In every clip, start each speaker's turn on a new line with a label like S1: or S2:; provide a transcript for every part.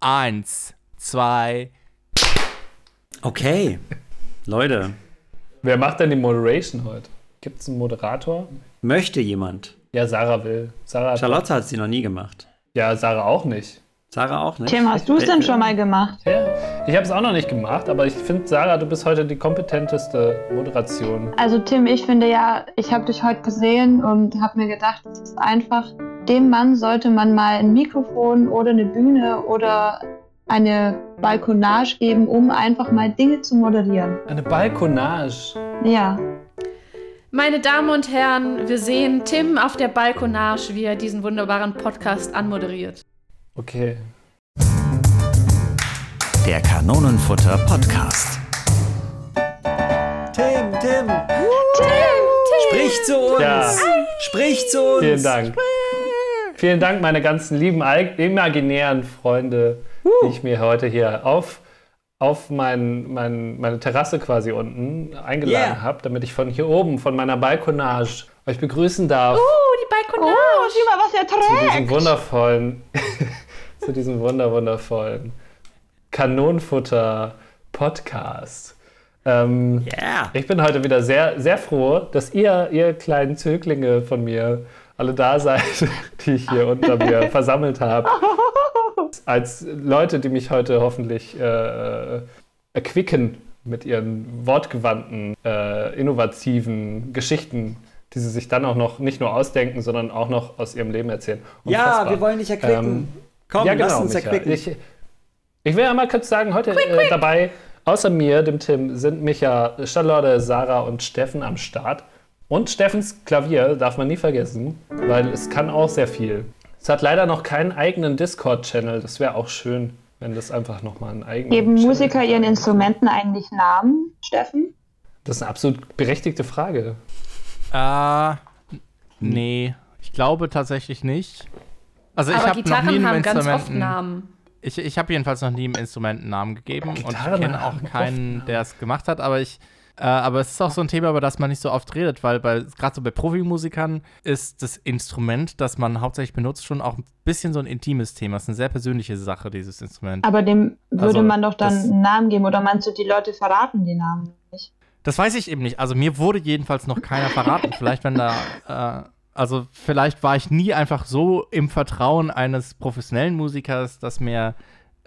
S1: Eins, zwei.
S2: Okay. Leute,
S3: Wer macht denn die Moderation heute? Gibt es einen Moderator?
S2: möchte jemand?
S3: Ja, Sarah will. Sarah hat,
S2: Charlotte hat sie noch nie gemacht.
S3: ja, Sarah auch nicht.
S2: Sarah auch nicht.
S4: Tim, hast du es denn schon mal gemacht?
S3: Ja. Ich habe es auch noch nicht gemacht, aber ich finde, Sarah, du bist heute die kompetenteste Moderation.
S4: Also Tim, ich finde ja, ich habe dich heute gesehen und habe mir gedacht, es ist einfach, dem Mann sollte man mal ein Mikrofon oder eine Bühne oder eine Balkonage geben, um einfach mal Dinge zu moderieren.
S3: Eine Balkonage.
S4: Ja,
S5: Meine Damen und Herren, wir sehen Tim auf der Balkonage, wie er diesen wunderbaren Podcast anmoderiert.
S3: Okay.
S6: Der Kanonenfutter Podcast.
S2: Tim, Tim. Sprich zu uns.
S3: Ja.
S2: Sprich zu uns.
S3: Vielen Dank. Vielen Dank, meine ganzen lieben all- imaginären Freunde, die ich mir heute hier auf, auf mein, mein, meine Terrasse quasi unten eingeladen
S2: Yeah.
S3: habe, damit ich von hier oben, von meiner Balkonage, euch begrüßen darf
S5: Oh, die Balkonage!
S4: mal, was er
S3: zu diesem wundervollen, zu diesem wunder wundervollen Kanonenfutter Podcast. Ähm,
S2: Ja.
S3: ich bin heute wieder sehr, sehr froh, dass ihr, ihr kleinen Zöglinge von mir, alle da seid, die ich hier unter mir versammelt habe. Als Leute, die mich heute hoffentlich äh, erquicken mit ihren wortgewandten, äh, innovativen Geschichten, die sie sich dann auch noch nicht nur ausdenken, sondern auch noch aus ihrem Leben erzählen.
S2: Ja,
S3: Unfassbar.
S2: wir wollen dich erquicken.
S3: Ähm,
S2: Komm,
S3: ja, genau,
S2: lass uns
S3: Micha.
S2: erquicken.
S3: Ich, ich will ja mal kurz sagen, heute äh, dabei, außer mir, dem Tim, sind Micha, Charlotte, Sarah und Steffen am Start. Und Steffens Klavier darf man nie vergessen, weil es kann auch sehr viel. Es hat leider noch keinen eigenen Discord-Channel. Das wäre auch schön, wenn das einfach nochmal einen eigenen
S4: Geben
S3: Channel
S4: Musiker ihren Instrumenten eigentlich Namen, Steffen?
S3: Das ist eine absolut berechtigte Frage.
S1: Äh, nee, ich glaube tatsächlich nicht. Also ich
S5: Aber
S1: habe noch nie
S5: Gitarren
S1: einem
S5: haben ganz oft
S1: Instrumenten.
S5: Namen.
S1: ich ich habe jedenfalls noch nie einem Instrument einen Namen gegeben und ich
S3: Gitarren
S1: kenne auch
S3: haben oft
S1: keinen,
S3: Namen.
S1: der es gemacht hat, aber ich. Äh, aber es ist auch so ein Thema, über das man nicht so oft redet, weil bei, gerade so bei Profimusikern ist das Instrument, das man hauptsächlich benutzt, schon auch ein bisschen so ein intimes Thema. Es ist eine sehr persönliche Sache, dieses Instrument.
S4: Aber dem würde
S1: Also,
S4: man doch dann
S1: das-
S4: einen Namen geben oder meinst du, die Leute verraten die Namen nicht?
S1: Das weiß ich eben nicht. Also mir wurde jedenfalls noch keiner verraten. Vielleicht wenn da, äh, also vielleicht war ich nie einfach so im Vertrauen eines professionellen Musikers, dass mir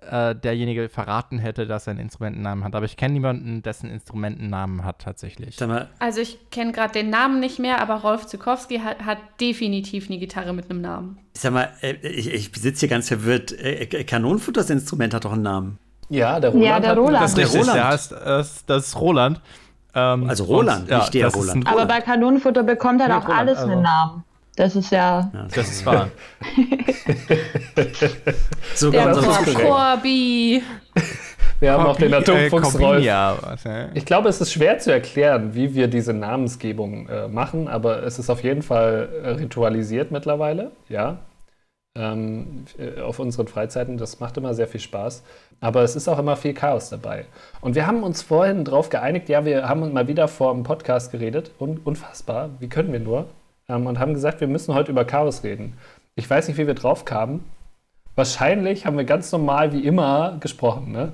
S1: äh, derjenige verraten hätte, dass er einen Instrumentennamen hat. Aber ich kenne niemanden, dessen Instrumentennamen hat tatsächlich.
S2: Sag mal,
S5: Also ich kenne gerade den Namen nicht mehr, aber Rolf Zukowski hat, hat definitiv eine Gitarre mit einem Namen.
S2: sag mal äh, ich, ich sitze hier ganz verwirrt. Äh, äh, Kanonenfutters Instrument hat doch einen Namen.
S3: Ja, der Roland.
S4: Ja, der
S3: hat einen-
S4: Roland.
S2: Der Roland.
S1: Der heißt, äh, das ist Roland. Ähm,
S2: Also Roland, nicht der
S1: das ist
S2: Roland.
S1: ein
S4: Aber bei Kanonenfutter bekommt halt
S1: Ja,
S4: auch
S1: Roland,
S4: alles
S1: also.
S4: einen Namen. Das ist ja.
S1: Das ist wahr.
S2: Sogar
S5: Der
S3: das ist
S2: unser
S3: korrekt.
S5: Corby.
S3: Wir haben auch den
S1: Corbi- äh,
S3: Atomfuchs Rolf.
S1: Corbinia, was, ne?
S3: Ich glaube, es ist schwer zu erklären, wie wir diese Namensgebung äh, machen, aber es ist auf jeden Fall äh, ritualisiert mittlerweile, ja. Ähm, f- äh, auf unseren Freizeiten, das macht immer sehr viel Spaß. Aber es ist auch immer viel Chaos dabei. Und wir haben uns vorhin drauf geeinigt, ja, wir haben mal wieder vor dem Podcast geredet, un unfassbar, wie können wir nur? Ähm, und haben gesagt, wir müssen heute über Chaos reden. Ich weiß nicht, wie wir drauf kamen. Wahrscheinlich haben wir ganz normal wie immer gesprochen, ne?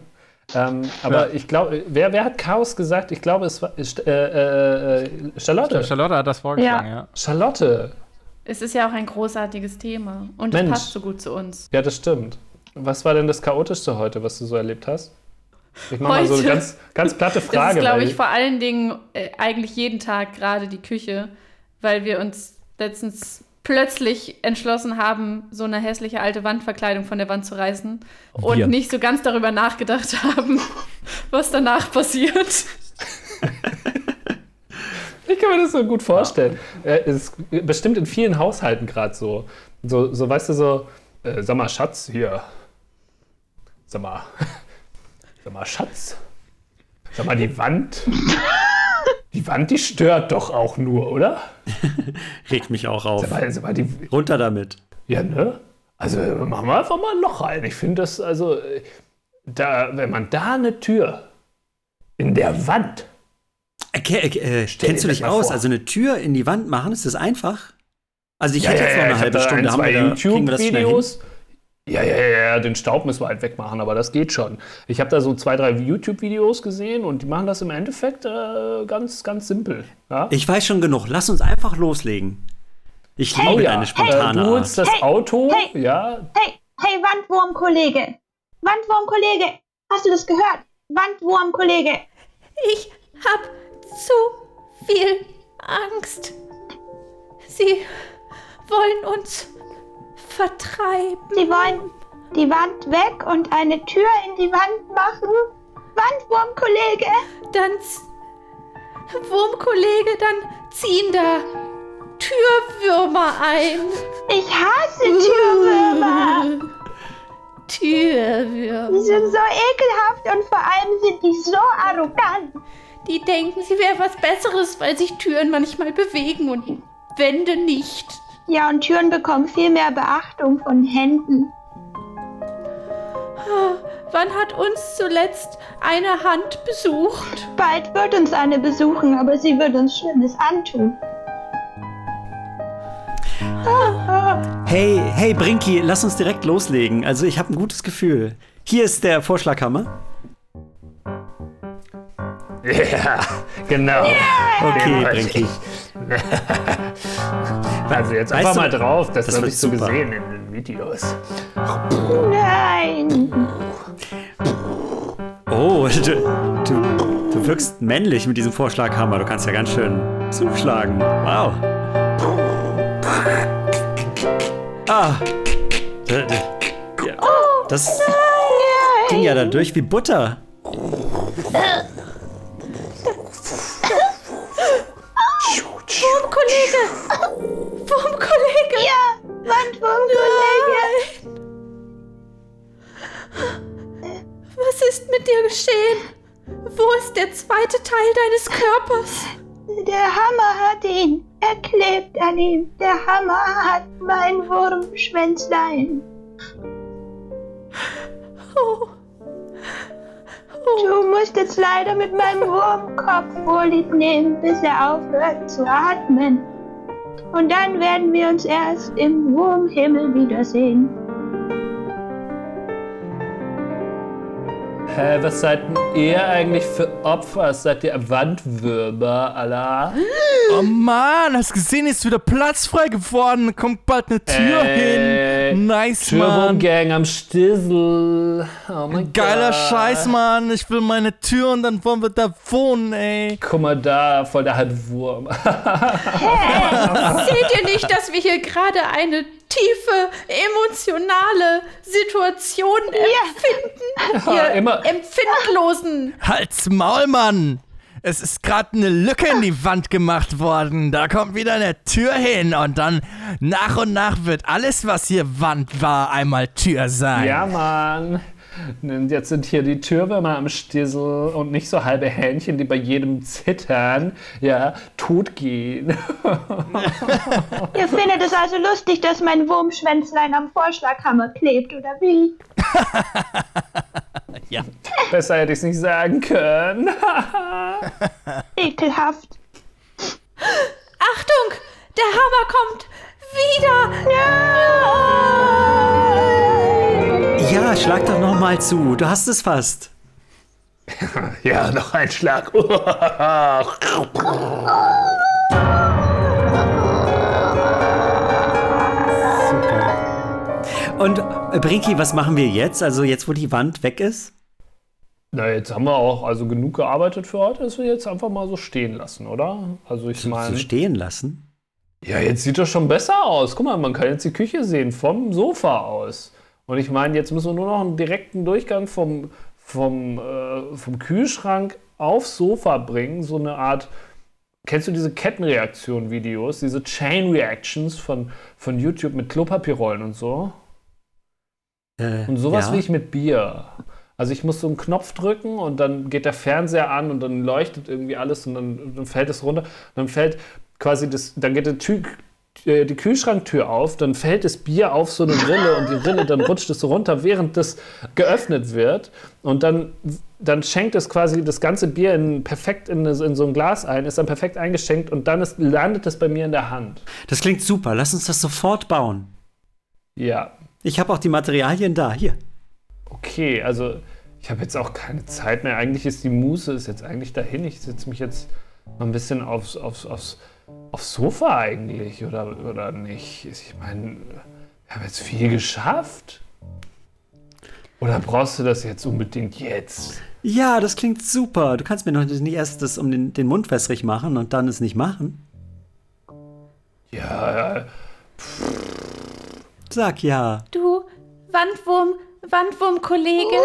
S3: Ähm, aber ich glaube, wer, wer hat Chaos gesagt? Ich glaube, es war äh, äh, äh, Charlotte.
S1: Charlotte hat das vorgeschlagen, ja.
S4: Ja.
S3: Charlotte.
S5: Es ist ja auch ein großartiges Thema und
S3: Mensch.
S5: es passt so gut zu uns.
S3: Ja, das stimmt. Was war denn das Chaotischste heute, was du so erlebt hast? Ich mache mal so eine
S5: Heute?
S3: ganz, ganz platte
S5: Das
S3: Frage.
S5: ist, glaube
S3: weil-
S5: ich, vor allen Dingen äh, eigentlich jeden Tag gerade die Küche, weil wir uns letztens plötzlich entschlossen haben, so eine hässliche alte Wandverkleidung von der Wand zu reißen und
S1: Wir.
S5: nicht so ganz darüber nachgedacht haben, was danach passiert.
S3: Ich kann mir das so gut vorstellen. Äh, Es ist bestimmt in vielen Haushalten gerade so. so. So, weißt du, so, äh, sag mal, Schatz, hier. Sag mal, sag mal, Schatz. Sag mal, die Wand. Die Wand, die stört doch auch nur, oder?
S2: Regt mich auch auf.
S3: Sag mal, sag mal die,
S2: Runter damit.
S3: ja, ne? Also äh, machen wir einfach mal ein Loch rein. Ich finde das, also, äh, da, wenn man da eine Tür in der Wand.
S2: Okay, okay, äh, kennst
S3: dir
S2: du
S3: das
S2: dich
S3: mal
S2: aus?
S3: vor.
S2: Also eine Tür in die Wand machen, ist das einfach? Also ich hätte jetzt noch
S3: ja,
S2: eine
S3: ich
S2: halbe
S3: hab da
S2: Stunde,
S3: ein,
S2: haben
S3: zwei
S2: wir da, kriegen wir das schnell hin?
S3: YouTube-Videos. ja, ja, ja, ja, den Staub müssen wir halt wegmachen, aber das geht schon. Ich habe da so zwei, drei YouTube-Videos gesehen und die machen das im Endeffekt äh, ganz, ganz simpel. Ja?
S2: Ich weiß schon genug. Lass uns einfach loslegen. Ich liebe deine
S3: äh,
S2: spontane
S3: du holst
S2: Art.
S3: das
S4: Hey,
S3: Auto,
S4: hey.
S3: ja,
S4: Hey, hey, Wandwurm-Kollege! Wandwurm-Kollege! Hast du das gehört? Wandwurm-Kollege!
S5: Ich hab zu viel Angst. Sie wollen uns vertreiben.
S4: Sie wollen die Wand weg und eine Tür in die Wand machen? Wandwurm-Kollege!
S5: Dann, z- Wurmkollege, dann ziehen da Türwürmer ein.
S4: Ich hasse
S5: Uh.
S4: Türwürmer! Die
S5: Türwürmer.
S4: sind so ekelhaft und vor allem sind die so arrogant.
S5: Die denken, sie wäre was Besseres, weil sich Türen manchmal bewegen und Wände nicht.
S4: Ja, und Türen bekommen viel mehr Beachtung von Händen.
S5: Wann hat uns zuletzt eine Hand besucht?
S4: Bald wird uns eine besuchen, aber sie wird uns Schlimmes antun.
S2: Hey, hey, Brinki, lass uns direkt loslegen. Also ich habe ein gutes Gefühl. Hier ist der Vorschlaghammer.
S3: Ja, genau.
S2: Okay,
S3: Den wollte
S2: Brinki.
S3: ich. Also jetzt einfach
S2: Weißt du,
S3: mal drauf, das,
S2: das
S3: habe
S2: wird
S3: ich so
S2: super.
S3: gesehen in den Videos.
S4: Nein!
S2: Oh, du, du, du wirkst männlich mit diesem Vorschlaghammer. Du kannst ja ganz schön zuschlagen. Wow. Ah. D- d- ja. Das ging ja dadurch wie Butter.
S5: Wurmkollege! Wurmkollege!
S4: Ja, Wandwurmkollege!
S5: Was ist mit dir geschehen? Wo ist der zweite Teil deines Körpers?
S4: Der Hammer hat ihn. Er klebt an ihm. Der Hammer hat mein Wurmschwänzlein.
S5: Oh,
S4: Du musst jetzt leider mit meinem Wurmkopf Vorlieb nehmen, bis er aufhört zu atmen. Und dann werden wir uns erst im Wurmhimmel wiedersehen.
S3: Hä, was seid denn ihr eigentlich für Opfer? Seid ihr Wandwürmer, Allah?
S1: Oh Mann, hast gesehen, ist wieder Platz frei geworden. Kommt bald eine Tür
S3: Ey,
S1: hin. Nice, Mann.
S3: Türwurmgang am Stissel. Oh mein
S1: Geiler
S3: Gott.
S1: Scheiß, Mann. Ich will meine Tür und dann wollen wir da wohnen, ey.
S3: Guck mal da, voll der Handwurm.
S5: seht ihr nicht, dass wir hier gerade eine tiefe, emotionale Situation empfinden? Ihr
S3: immer.
S5: Empfindlosen!
S1: Halt's Maul, Mann. Es ist gerade eine Lücke in die Wand gemacht worden. Da kommt wieder eine Tür hin und dann nach und nach wird alles, was hier Wand war, einmal Tür sein.
S3: Ja, Mann. Und Jetzt sind hier die Türwürmer am Stissel und nicht so halbe Hähnchen, die bei jedem Zittern ja tot gehen.
S4: Ihr findet es also lustig, dass mein Wurmschwänzlein am Vorschlaghammer klebt, oder wie?
S3: Besser hätte ich es nicht sagen können.
S4: Ekelhaft.
S5: Achtung! Der Hammer kommt wieder!
S2: Ja, schlag doch nochmal zu. Du hast es fast.
S3: Ja, noch ein Schlag.
S2: Und äh, Brinki, was machen wir jetzt? Also jetzt, wo die Wand weg ist?
S3: Na, jetzt haben wir auch also genug gearbeitet für heute, dass wir jetzt einfach mal so stehen lassen, oder? Also ich
S2: So
S3: meine,
S2: stehen lassen?
S3: ja, jetzt sieht das schon besser aus. Guck mal, man kann jetzt die Küche sehen vom Sofa aus. Und ich meine, jetzt müssen wir nur noch einen direkten Durchgang vom, vom, äh, vom Kühlschrank aufs Sofa bringen, so eine Art Kennst du diese Kettenreaktion-Videos, diese Chain-Reactions von, von YouTube mit Klopapierrollen und so?
S2: Äh,
S3: Und sowas
S2: ja.
S3: wie ich mit Bier. Also ich muss so einen Knopf drücken und dann geht der Fernseher an und dann leuchtet irgendwie alles und dann, dann fällt es runter. Dann fällt quasi das, dann geht die, Tür, äh, die Kühlschranktür auf, dann fällt das Bier auf so eine Rille und die Rille, dann rutscht es so runter, während das geöffnet wird. Und dann, dann schenkt es quasi das ganze Bier in, perfekt in, in so ein Glas ein, ist dann perfekt eingeschenkt und dann ist, landet es bei mir in der Hand.
S2: Das klingt super. Lass uns das sofort bauen.
S3: Ja.
S2: Ich habe auch die Materialien da. Hier.
S3: Okay, also ich habe jetzt auch keine Zeit mehr. Eigentlich ist die Muße ist jetzt eigentlich dahin. Ich setze mich jetzt mal ein bisschen aufs, aufs, aufs, aufs Sofa eigentlich, oder, oder nicht? Ich meine, wir haben jetzt viel geschafft. Oder brauchst du das jetzt unbedingt jetzt?
S2: Ja, das klingt super. Du kannst mir noch nicht erst das um den, den Mund wässrig machen und dann es nicht machen.
S3: Ja,
S2: Sag ja.
S5: Du Wandwurm, Wandwurm-Kollege.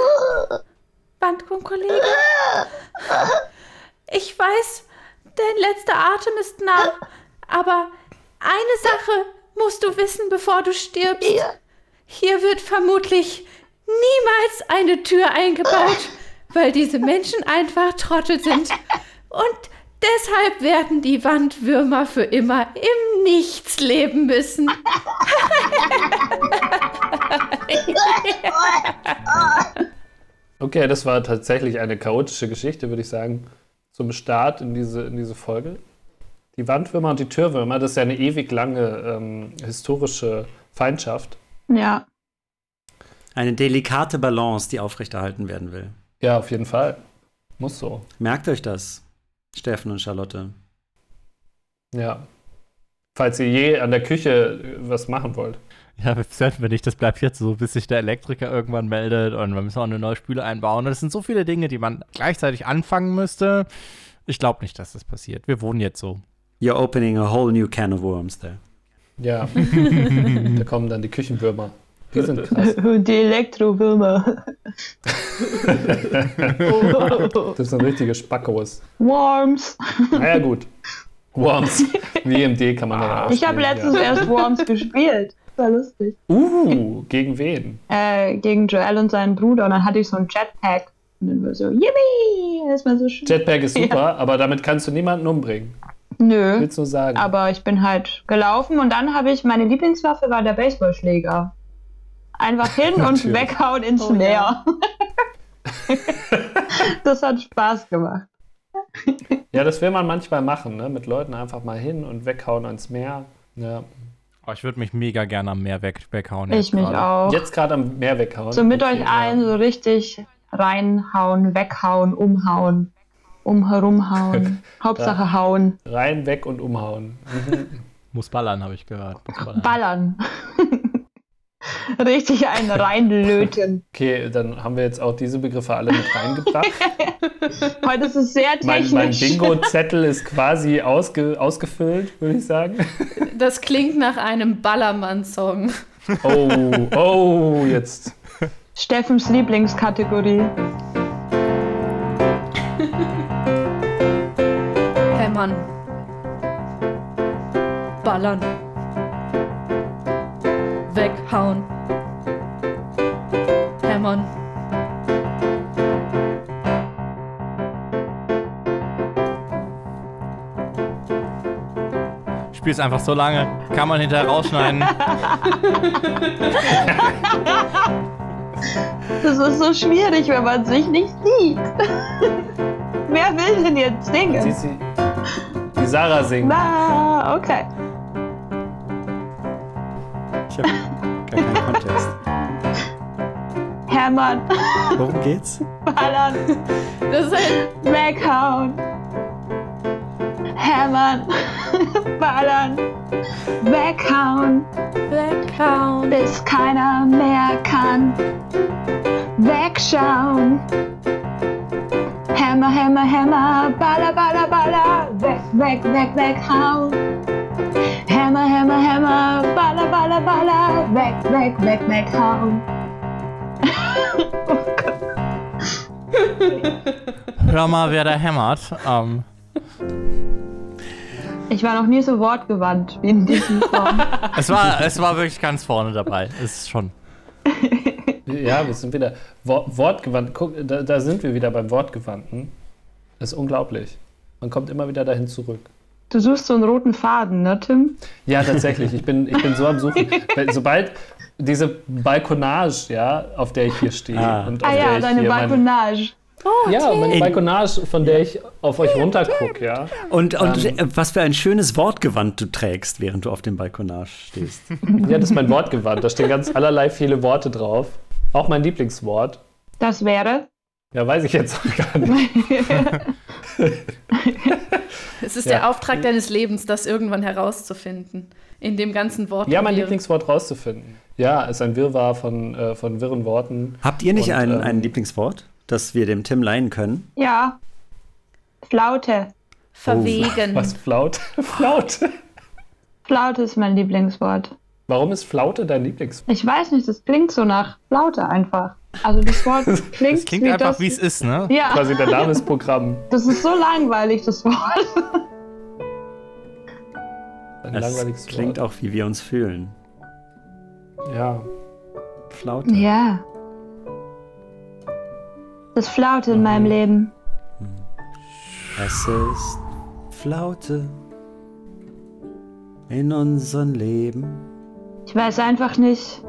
S5: Wandwurm-Kollege. Ich weiß, dein letzter Atem ist nah, aber eine Sache musst du wissen, bevor du stirbst. Hier wird vermutlich niemals eine Tür eingebaut, weil diese Menschen einfach Trottel sind. Und deshalb werden die Wandwürmer für immer im Nichts leben müssen.
S3: Okay, das war tatsächlich eine chaotische Geschichte, würde ich sagen, zum Start in diese, in diese Folge. Die Wandwürmer und die Türwürmer, das ist ja eine ewig lange ähm, historische Feindschaft.
S4: Ja.
S2: Eine delikate Balance, die aufrechterhalten werden will.
S3: Ja, auf jeden Fall. Muss so.
S2: Merkt euch das, Steffen und Charlotte.
S3: Ja. Falls ihr je an der Küche äh, was machen wollt.
S1: Ja, das sollten wir nicht. Das bleibt jetzt so, bis sich der Elektriker irgendwann meldet und wir müssen auch eine neue Spüle einbauen. Und es sind so viele Dinge, die man gleichzeitig anfangen müsste. Ich glaube nicht, dass das passiert. Wir wohnen jetzt so.
S2: You're opening a whole new can of worms there.
S3: Ja. da kommen dann die Küchenwürmer. Die sind krass.
S4: Die Elektrowürmer.
S3: Das sind richtige Spackos.
S4: Worms.
S3: Naja, gut. Worms. WMD kann man dann auch
S4: Ich habe
S3: spielen,
S4: letztens erst Worms gespielt. Das war lustig.
S3: Ja. Uh, gegen wen?
S4: Äh, gegen Joel und seinen Bruder und dann hatte ich so ein Jetpack. Und dann war so, yippie, das war so schön.
S3: Jetpack ist super, aber damit kannst du niemanden umbringen.
S4: Nö,
S3: Willst du sagen?
S4: aber ich bin halt gelaufen und dann habe ich, meine Lieblingswaffe war der Baseballschläger. Einfach hin und
S3: Natürlich.
S4: weghauen ins
S5: Oh
S4: Meer. das hat Spaß gemacht.
S3: Ja, das will man manchmal machen, ne? Mit Leuten einfach mal hin und weghauen ans Meer. Ja.
S1: Oh, ich würde mich mega gerne am Meer weg, weghauen.
S4: Ich mich auch.
S3: Jetzt gerade am Meer weghauen.
S4: So mit
S3: Okay,
S4: euch allen so richtig reinhauen, weghauen, umhauen, umherumhauen. Hauptsache hauen,
S3: Ja. Rein, weg und umhauen.
S1: Muss ballern, habe ich gehört. Muss ballern.
S4: ballern. richtig einen reinlöten.
S3: Okay, dann haben wir jetzt auch diese Begriffe alle mit reingebracht.
S4: Heute ist es sehr
S3: mein
S4: technisch.
S3: mein Bingo-Zettel ist quasi ausge, ausgefüllt, würde ich sagen.
S5: Das klingt nach einem Ballermann-Song.
S3: Oh, oh, jetzt.
S4: Steffens Lieblingskategorie.
S5: Hey Mann. Ballern. Weghauen. Hämmern.
S1: Spiel's einfach so lange. Kann man hinterher rausschneiden.
S4: Das ist so schwierig, wenn man sich nicht sieht. Wer will denn jetzt
S3: Sie,
S4: singen?
S3: sie, die Sarah singt.
S4: Na, okay.
S2: Ich habe gar keinen Kontext.
S4: Hämmern,
S2: Worum geht's?
S4: ballern,
S5: Das ist ein
S4: weghauen. Hämmern, ballern, weghauen,
S5: Weghauen.
S4: bis keiner mehr kann. Wegschauen. Hämmer, Hämmer, Hämmer, baller, baller, baller, weg, weg, weg, weghauen. Hämmer, Hämmer, Hämmer, baller, baller, baller, weg, weg, weg, weghauen.
S1: Hör mal, wer da hämmert. Ähm,
S4: Ich war noch nie so wortgewandt wie in diesem Song.
S1: es, war, es war wirklich ganz vorne dabei. Es ist schon.
S3: Ja, wir sind wieder Wo- wortgewandt. Guck, da, da sind wir wieder beim Wortgewandten. Das ist unglaublich. Man kommt immer wieder dahin zurück.
S4: Du suchst so einen roten Faden, ne, Tim?
S3: Ja, tatsächlich. Ich bin, ich bin so am Suchen. Weil Sobald diese Balkonage, ja, auf der ich hier stehe
S2: Ah.
S3: und auf
S4: Ah
S3: der
S4: ja,
S3: Also ich
S4: deine
S3: hier mein,
S4: Balkonage.
S5: Oh,
S3: Ja, meine
S2: Ey.
S3: Balkonage, von der ich auf euch runtergucke, ja.
S2: Und, und äh, was für ein schönes Wortgewand du trägst, während du auf dem Balkonage stehst.
S3: Ja, das ist mein Wortgewand. Da stehen ganz allerlei viele Worte drauf. Auch mein Lieblingswort.
S4: Das wäre.
S3: Ja, weiß ich jetzt auch gar nicht.
S5: Es ist
S3: Ja.
S5: der Auftrag deines Lebens, das irgendwann herauszufinden. In dem ganzen Wort.
S3: Ja, mein
S5: Wirren.
S3: Lieblingswort rauszufinden. Ja, ist ein Wirrwarr von, äh, von wirren Worten.
S2: Habt ihr nicht
S3: Und,
S2: ein,
S3: ähm,
S2: ein Lieblingswort, das wir dem Tim leihen können?
S4: Ja. Flaute.
S5: Verwegen.
S3: Oh, Was Flaute? Flaute.
S4: Flaute ist mein Lieblingswort.
S3: Warum ist Flaute dein Lieblingswort?
S4: Ich weiß nicht, das klingt so nach Flaute einfach. Also das Wort klingt,
S1: Es klingt
S4: wie
S1: einfach,
S4: das,
S1: wie es ist, ne?
S4: Ja,
S3: Quasi der Name ist Programm.
S4: das ist so langweilig, das Wort.
S3: Ein langweiliges
S2: Das klingt
S3: Wort.
S2: auch, wie wir uns fühlen.
S3: Ja.
S2: Flaute.
S4: Ja. Das Flaute in
S1: Mhm.
S4: meinem Leben.
S2: Es ist Flaute in unserem Leben.
S4: Ich weiß einfach nicht,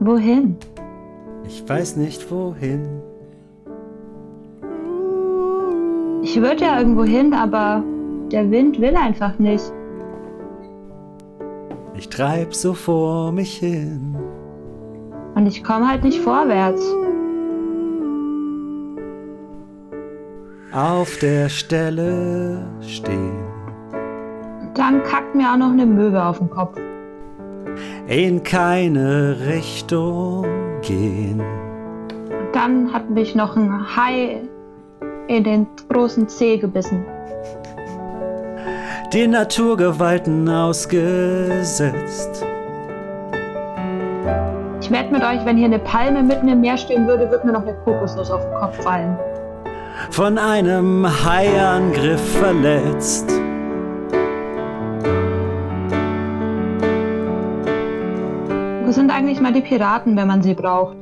S4: wohin.
S2: Ich weiß nicht wohin.
S4: Ich würde ja irgendwo hin, aber der Wind will einfach nicht.
S2: Ich treib so vor mich hin.
S4: Und ich komme halt nicht vorwärts.
S2: Auf der Stelle stehen.
S4: Dann kackt mir auch noch eine Möwe auf den Kopf.
S2: In keine Richtung gehen.
S4: Dann hat mich noch ein Hai in den großen Zeh gebissen.
S2: Den Naturgewalten ausgesetzt.
S4: Ich wette mit euch, wenn hier eine Palme mitten im Meer stehen würde, würde mir noch eine Kokosnuss auf den Kopf fallen.
S2: Von einem Haiangriff verletzt.
S4: Wo sind eigentlich mal die Piraten, wenn man sie braucht?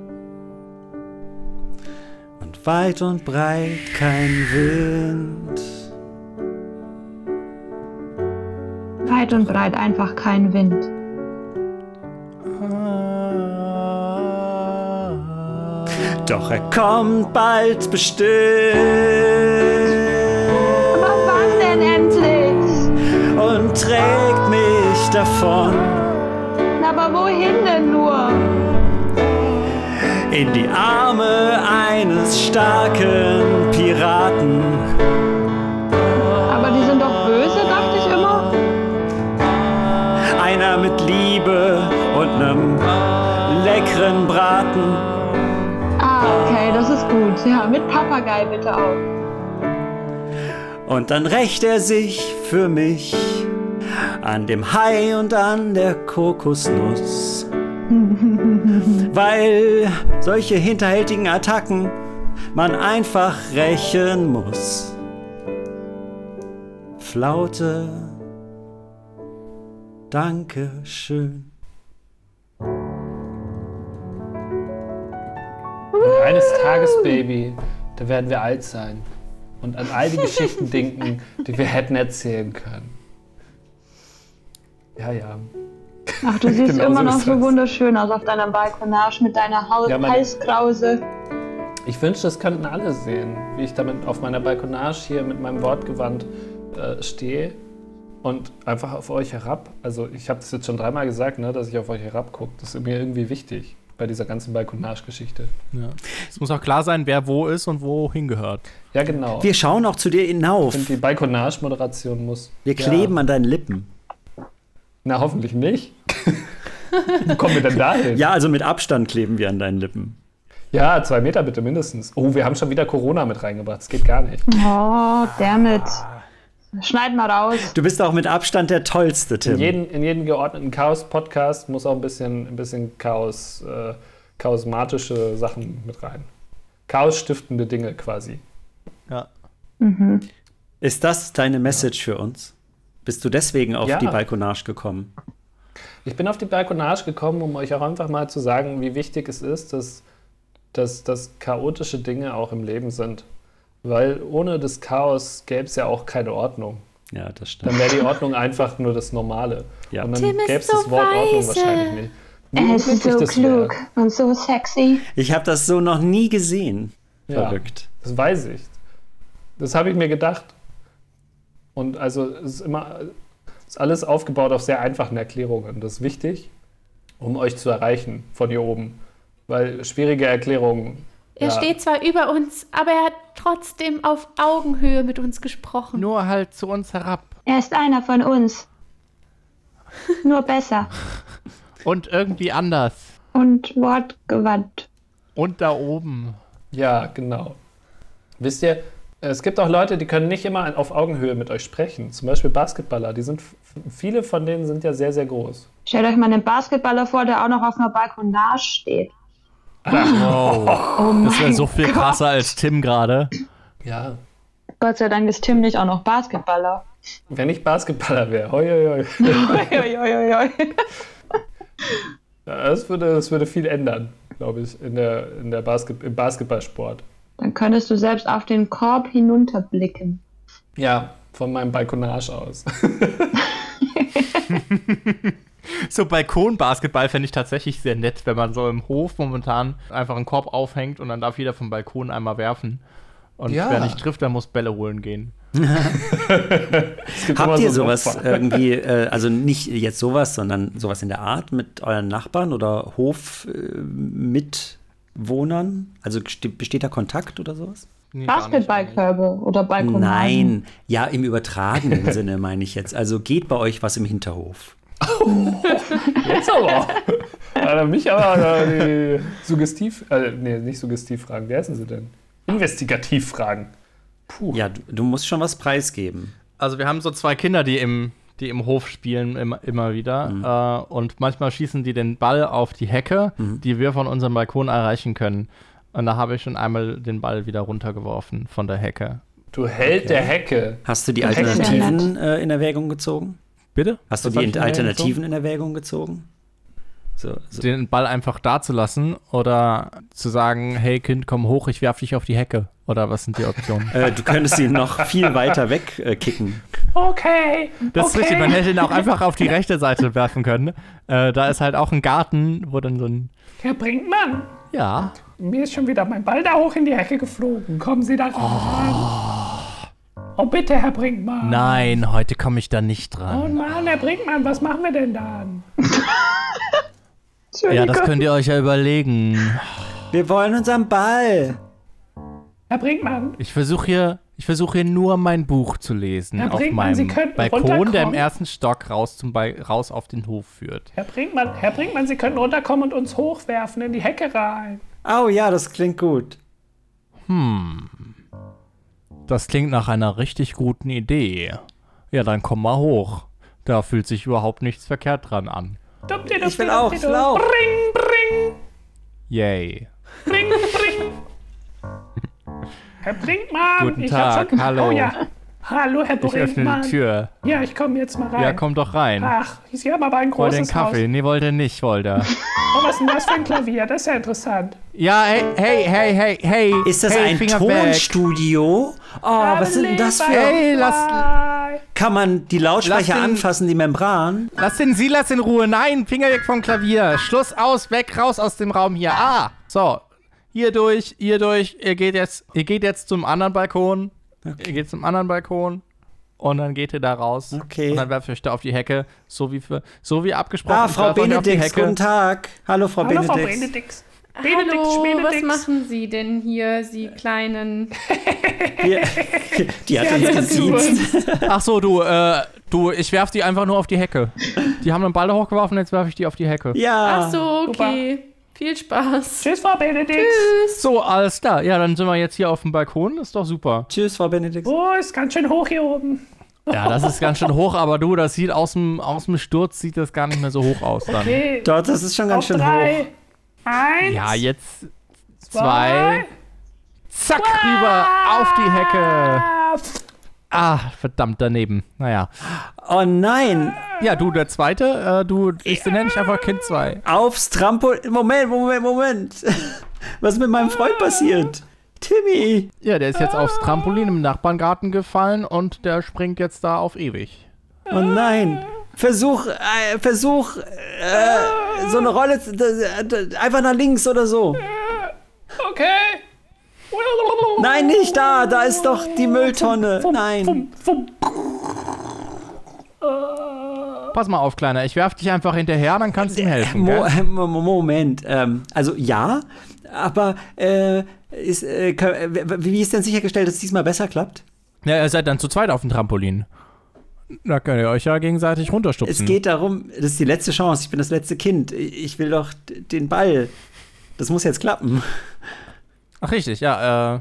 S2: Und weit und breit kein Wind.
S4: Weit und breit einfach kein Wind.
S2: Doch er kommt bald bestimmt
S4: Aber wann denn endlich?
S2: und trägt mich davon
S4: Na, Aber wohin denn nur?
S2: in die Arme eines starken Piraten.
S4: Aber die sind doch böse, dachte ich immer.
S2: Einer mit Liebe und einem leckeren Braten.
S4: Ah, okay, das ist gut. Ja, mit Papagei bitte auch.
S2: Und dann rächt er sich für mich an dem Hai und an der Kokosnuss. Weil solche hinterhältigen Attacken man einfach rächen muss. Flaute, danke schön.
S3: Und eines Tages, Baby, da werden wir alt sein und an all die Geschichten denken, die wir hätten erzählen können. Ja, ja.
S4: Ach, du siehst
S3: Genau
S4: immer
S3: so
S4: noch
S3: ist
S4: so
S3: das.
S4: wunderschön aus auf deiner Balkonage mit deiner Haut
S3: Ja, meine-
S4: Halskrause.
S3: Ich wünschte, das könnten alle sehen, wie ich damit auf meiner Balkonage hier mit meinem Wortgewand äh, stehe und einfach auf euch herab. Also ich habe es jetzt schon dreimal gesagt, ne, dass ich auf euch herabgucke. Das ist mir irgendwie wichtig bei dieser ganzen Balkonage-Geschichte.
S1: Ja. Es muss auch klar sein, wer wo ist und wo hingehört.
S3: Ja, genau.
S2: Wir schauen auch zu dir hinauf.
S3: und die Balkonage-Moderation muss.
S2: Wir kleben an deinen Lippen.
S3: Na, hoffentlich nicht. Wo kommen wir denn da hin?
S2: Ja, also mit Abstand kleben wir an deinen Lippen.
S3: Ja, zwei Meter bitte mindestens. Oh, wir haben schon wieder Corona mit reingebracht. Das geht gar nicht.
S4: Oh, damit. Schneid mal raus.
S2: Du bist auch mit Abstand der tollste, Tim.
S3: In jedem, in jedem geordneten Chaos-Podcast muss auch ein bisschen, ein bisschen Chaos, äh, chaosmatische Sachen mit rein. Chaos-stiftende Dinge quasi.
S1: Ja.
S2: Ist das deine Message für uns? Bist du deswegen auf
S3: Ja.
S2: die Balkonage gekommen?
S3: Ich bin auf die Balkonage gekommen, um euch auch einfach mal zu sagen, wie wichtig es ist, dass, dass, dass chaotische Dinge auch im Leben sind. Weil ohne das Chaos gäbe es ja auch keine Ordnung.
S2: Ja, das stimmt.
S3: Dann wäre die Ordnung einfach nur das Normale.
S2: Ja.
S3: Und dann
S5: Tim ist
S3: gäbe es das
S5: so
S3: Wort Ordnung
S5: weise.
S3: wahrscheinlich nicht. Wie
S4: Er ist
S3: unglücklich
S4: so
S3: das wär.
S4: klug und so sexy.
S2: Ich habe das so noch nie gesehen.
S3: Ja.
S2: Verrückt.
S3: Das weiß ich. Das habe ich mir gedacht. Und also es ist immer es ist alles aufgebaut auf sehr einfachen Erklärungen. Das ist wichtig, um euch zu erreichen von hier oben. Weil schwierige Erklärungen.
S5: Er
S3: ja,
S5: steht zwar über uns, aber er hat trotzdem auf Augenhöhe mit uns gesprochen.
S1: Nur halt zu uns herab.
S4: Er ist einer von uns. Nur besser
S1: Und irgendwie anders.
S4: und wortgewandt.
S1: Und da oben.
S3: Ja, genau. Wisst ihr, es gibt auch Leute, die können nicht immer auf Augenhöhe mit euch sprechen. Zum Beispiel Basketballer. Die sind, viele von denen sind ja sehr, sehr groß.
S4: Stellt euch mal einen Basketballer vor, der auch noch auf einer Balkonage steht.
S1: Wow.
S4: Oh
S1: Das wäre
S4: mein
S1: so viel krasser als Tim gerade.
S3: Ja.
S4: Gott sei Dank ist Tim nicht auch noch Basketballer.
S3: Wenn ich Basketballer wäre, hoi, hoi, hoi.
S4: Uiuiuiui.
S3: Ja, Das würde, das würde viel ändern, glaube ich, in der, in der Basket, im Basketballsport.
S4: Dann könntest du selbst auf den Korb hinunterblicken.
S3: Ja, von meinem Balkonage aus.
S1: So Balkonbasketball fände ich tatsächlich sehr nett, wenn man so im Hof momentan einfach einen Korb aufhängt und dann darf jeder vom Balkon einmal werfen. Und
S3: Ja.
S1: wer nicht trifft, der muss Bälle holen gehen.
S3: Es gibt immer
S2: Habt ihr
S3: so ein
S2: sowas
S3: Opfer.
S2: irgendwie, äh, also nicht jetzt sowas, sondern sowas in der Art mit euren Nachbarn oder Hofmitwohnern? also ste- besteht da Kontakt oder sowas?
S1: Nee, gar nicht eigentlich.
S4: Basketballkörbe oder Balkonagen.
S2: Nein, ja, im übertragenen Sinne meine ich jetzt. Also geht bei euch was im Hinterhof?
S3: Jetzt aber. Hat er mich aber äh, die suggestiv, äh, nee, nicht suggestiv fragen. Wie heißen sie denn? Investigativ fragen. Puh.
S2: Ja, du, du musst schon was preisgeben.
S1: Also wir haben so zwei Kinder, die im, die im Hof spielen immer, immer wieder. Äh, und manchmal schießen die den Ball auf die Hecke, die wir von unserem Balkon erreichen können. Und da habe ich schon einmal den Ball wieder runtergeworfen von der Hecke.
S3: Du Held der Hecke.
S2: Hast du die
S3: Perfekt.
S2: Alternativen äh, in Erwägung gezogen?
S1: Bitte?
S2: Hast du
S1: Was hab
S2: die
S1: ich denn
S2: Alternativen in Erwägung gezogen? So, so.
S1: Den Ball einfach da zu lassen oder zu sagen, hey Kind, komm hoch, ich werf dich auf die Hecke. Oder was sind die Optionen?
S2: Äh, du könntest ihn noch viel weiter weg äh, kicken.
S3: Okay.
S1: Das ist
S3: okay.
S1: richtig, man hätte ihn auch einfach auf die rechte Seite werfen können. Äh, da ist halt auch ein Garten, wo dann so ein,
S7: Herr Brinkmann,
S1: ja,
S7: mir ist schon wieder mein Ball da hoch in die Hecke geflogen. Kommen Sie da rein. Oh, bitte, Herr Brinkmann.
S1: nein, heute komme ich da nicht dran.
S7: Oh Mann, Herr Brinkmann, was machen wir denn dann? Oh,
S1: Ja, das könnt ihr euch ja überlegen.
S2: Wir wollen unseren Ball.
S7: Herr Brinkmann,
S1: Ich versuche hier, ich versuche hier nur mein Buch zu lesen
S7: Herr
S1: auf
S7: Brinkmann, Sie
S1: meinem
S7: könnten
S1: Balkon, der im
S7: runterkommen.
S1: ersten Stock raus zum Bal- raus auf den Hof führt.
S7: Herr Brinkmann, Herr Brinkmann, Sie könnten runterkommen und uns hochwerfen in die Hecke rein.
S2: Oh ja, das klingt gut.
S1: Das klingt nach einer richtig guten Idee. Ja, dann komm mal hoch. Da fühlt sich überhaupt nichts verkehrt dran an.
S7: Dupti,
S2: Ich will auch, ich will auch.
S7: Bring, bring,
S1: Yay.
S7: bring, bring. Herr Brinkmann,
S1: Guten
S7: ich hab
S1: Tag,
S7: schon,
S1: hallo.
S7: Oh ja, hallo, Herr
S1: Ich öffne
S7: Brinkmann.
S1: die Tür.
S7: Ja, ich komme jetzt mal rein.
S1: Ja, komm doch rein.
S7: Ach, Sie haben aber ein
S1: Wollt ihr einen
S7: großes
S1: Kaffee? Nee, wollt ihr nicht, wollt ihr.
S7: Haus. Oh, was ist denn das für ein Klavier? Das ist ja interessant.
S1: Ja, hey, hey, hey, hey, hey.
S2: Ist das
S1: hey,
S2: ein
S1: Finger weg.
S2: Tonstudio? Oh, was ist denn das für.
S1: Hey, lass,
S7: Bye.
S2: Kann man die Lautsprecher
S1: Lass den-
S2: anfassen, die Membran?
S1: Lass den Silas in Ruhe. Nein, Finger weg vom Klavier. Schluss aus, weg, raus aus dem Raum hier. Ah, so. Hier durch, hier durch. Ihr geht jetzt, ihr geht jetzt zum anderen Balkon. Ihr geht zum anderen Balkon. Und dann geht ihr da raus.
S2: Okay.
S1: Und dann werft ihr euch da auf die Hecke. So wie, für, so wie abgesprochen.
S2: Ah,
S1: Ich
S2: Frau
S1: werf euch auf die
S2: Benedix,
S1: Hecke.
S2: guten Tag. Hallo, Frau
S7: Hallo, Frau
S2: Benedix.
S7: Benedix. Benedix,
S5: Hallo, was
S7: Benedix.
S5: machen Sie denn hier, Sie kleinen?
S2: Wir- Die hat uns gesiezt.
S1: Ach so, du, äh, du, ich werf die einfach nur auf die Hecke. Die haben einen Ball hochgeworfen, jetzt werf ich die auf die Hecke.
S2: Ja.
S4: Ah,
S5: Ach so, okay. Viel Spaß.
S7: Tschüss, Frau Benedix.
S1: So, alles klar. Ja, dann sind wir jetzt hier auf dem Balkon. Ist doch super.
S2: Tschüss, Frau Benedix.
S7: Oh, ist ganz schön hoch hier oben.
S1: Ja, das ist ganz schön hoch, aber du, das sieht aus dem, aus dem Sturz sieht das gar nicht mehr so hoch aus dann.
S7: Okay,
S2: Dort, das ist schon ganz
S7: auf
S2: schön
S7: drei.
S2: hoch.
S7: Eins,
S1: Ja, jetzt
S7: zwei.
S1: zwei. Zack, rüber auf die Hecke.
S7: Ah,
S1: Ah, verdammt, daneben. Naja.
S2: Oh nein,
S1: Ja, du, der zweite, äh, du, ich nenne dich einfach Kind 2.
S2: aufs Trampolin. Moment, Moment, Moment. Was ist mit meinem Freund passiert? Timmy.
S1: Ja, der ist jetzt aufs Trampolin im Nachbarngarten gefallen und der springt jetzt da auf ewig.
S2: Oh nein. Versuch, äh, versuch, äh, so eine äh, Rolle, zu- d- d- einfach nach links oder so.
S7: okay.
S2: Nein, nicht da. Da ist doch die Mülltonne.
S7: Fum,
S2: Nein.
S7: Fum, fum.
S1: Pass mal auf, Kleiner, ich werf dich einfach hinterher, dann kannst du ihm helfen.
S2: Mo
S1: Gell?
S2: äh, Mo- Moment. Ähm, also ja, aber äh, ist, äh, kö- äh, w- wie ist denn sichergestellt, dass es diesmal besser klappt?
S1: Ja, ihr seid dann zu zweit auf dem Trampolin. Da könnt ihr euch ja gegenseitig runterstupsen.
S2: Es geht darum, das ist die letzte Chance. Ich bin das letzte Kind. Ich will doch d- den Ball. Das muss jetzt klappen.
S1: Ach, richtig, ja. Äh,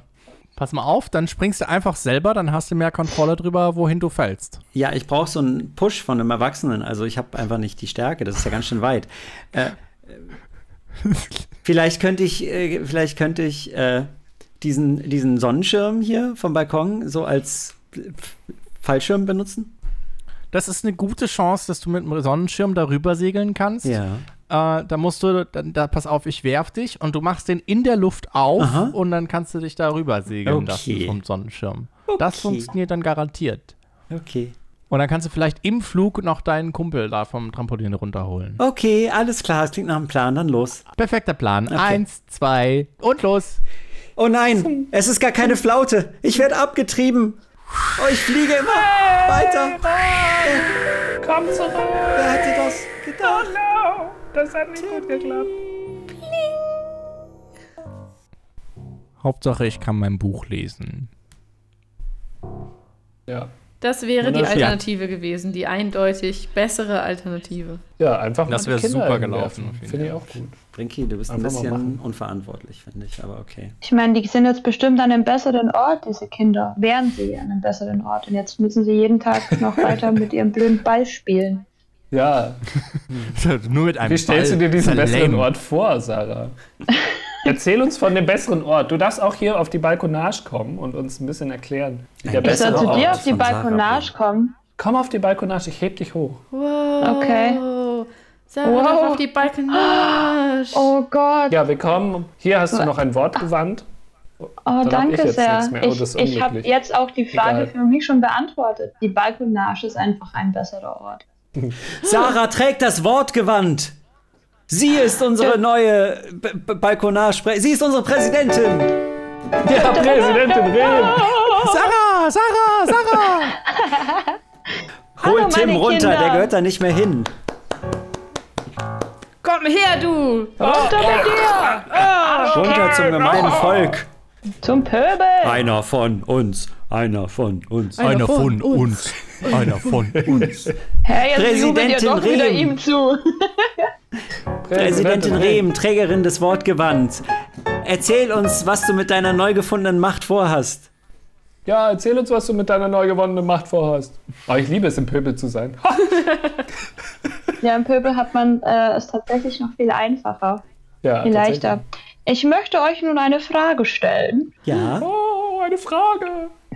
S1: pass mal auf, dann springst du einfach selber, dann hast du mehr Kontrolle drüber, wohin du fällst.
S2: Ja, ich brauche so einen Push von einem Erwachsenen. Also ich habe einfach nicht die Stärke. Das ist ja ganz schön weit. Äh, vielleicht könnte ich, äh, vielleicht könnte ich äh, diesen, diesen Sonnenschirm hier vom Balkon so als äh, Fallschirm benutzen.
S1: Das ist eine gute Chance, dass du mit einem Sonnenschirm darüber segeln kannst.
S2: Ja.
S1: Äh, da musst du, da, da, pass auf, ich werf dich und du machst den in der Luft auf
S2: Aha.
S1: und dann kannst du dich darüber segeln lassen
S2: Okay.
S1: vom Sonnenschirm. Das
S2: Okay.
S1: funktioniert dann garantiert.
S2: Okay.
S1: Und dann kannst du vielleicht im Flug noch deinen Kumpel da vom Trampolin runterholen.
S2: Okay, alles klar. Es klingt nach einem Plan. Dann los.
S1: Perfekter Plan. Eins, zwei und los.
S2: Oh nein, es ist gar keine Flaute. Ich werde abgetrieben. Oh, ich fliege immer weiter.
S7: Komm zurück.
S2: Wer hätte das gedacht?
S7: No, das hat nicht gut geklappt.
S1: Hauptsache, ich kann mein Buch lesen.
S3: Ja.
S5: Das wäre die
S3: Wunderschön.
S5: Alternative gewesen, die eindeutig bessere Alternative.
S3: Ja, einfach
S1: Das
S3: mal
S1: wär
S3: die Kinder
S1: super
S3: hinwerfen.
S1: gelaufen, auf jeden
S3: Finde ich auch gut.
S2: Brinki, du bist ein
S3: Einfach mal
S2: bisschen
S3: machen.
S2: unverantwortlich, finde ich, aber okay.
S4: Ich meine, die sind jetzt bestimmt an einem besseren Ort, diese Kinder. Wären sie an einem besseren Ort. Und jetzt müssen sie jeden Tag noch weiter mit ihrem blöden Ball spielen.
S3: Ja,
S1: Nur mit einem
S3: wie stellst du
S1: Ball.
S3: dir diesen
S1: Ist ja
S3: besseren
S1: lame.
S3: Ort vor, Sarah? Erzähl uns von dem besseren Ort. Du darfst auch hier auf die Balkonage kommen und uns ein bisschen erklären, wie der
S2: Ich
S4: Ich soll
S3: bessere
S4: zu
S3: Ort
S4: dir auf die
S2: von Sarah
S4: Balkonage kommen.
S3: Komm auf die Balkonage, ich heb dich hoch.
S5: Wow.
S4: Okay.
S5: Sarah
S4: Wow.
S5: darf auf die Balkonage.
S4: Oh Gott.
S3: Ja, willkommen. Hier hast du noch ein Wort gewandt.
S4: Oh,
S3: Dann hab
S4: danke
S3: ich jetzt
S4: sehr.
S3: nichts mehr. Oh, das
S4: Ich,
S3: ist
S4: ich habe
S3: unglücklich.
S4: jetzt auch die Frage
S3: Egal.
S4: für mich schon beantwortet. Die Balkonage ist einfach ein besserer Ort.
S2: Sarah trägt das Wortgewand. Sie ist unsere neue B B Balkonage. Sie ist unsere Präsidentin.
S3: Ja, Präsidentin Rehn.
S1: Sarah, Sarah, Sarah!
S2: Hol
S4: Hallo,
S2: Tim
S4: meine
S2: runter,
S4: Kinder.
S2: der gehört da nicht mehr hin.
S5: Komm her, du!
S4: Runter mit dir!
S2: Runter zum gemeinen Volk.
S4: Zum Pöbel!
S2: Einer von uns. Einer von uns.
S1: Einer von uns. Einer von uns.
S4: Hey, jetzt jubelt ihr
S2: Präsidentin
S4: doch wieder
S2: Rehm.
S4: ihm zu.
S2: Präsidentin Rehm, Trägerin des Wortgewands. Erzähl uns, was du mit deiner neu gefundenen Macht vorhast.
S3: Ja, erzähl uns, was du mit deiner neu gewonnenen Macht vorhast. Oh, ich liebe es, im Pöbel zu sein. Ha!
S4: Ja, im Pöbel hat man äh, es tatsächlich noch viel einfacher,
S3: Ja,
S4: viel leichter.
S3: tatsächlich.
S4: Ich möchte euch nun eine Frage stellen.
S2: Ja?
S3: Oh, eine Frage.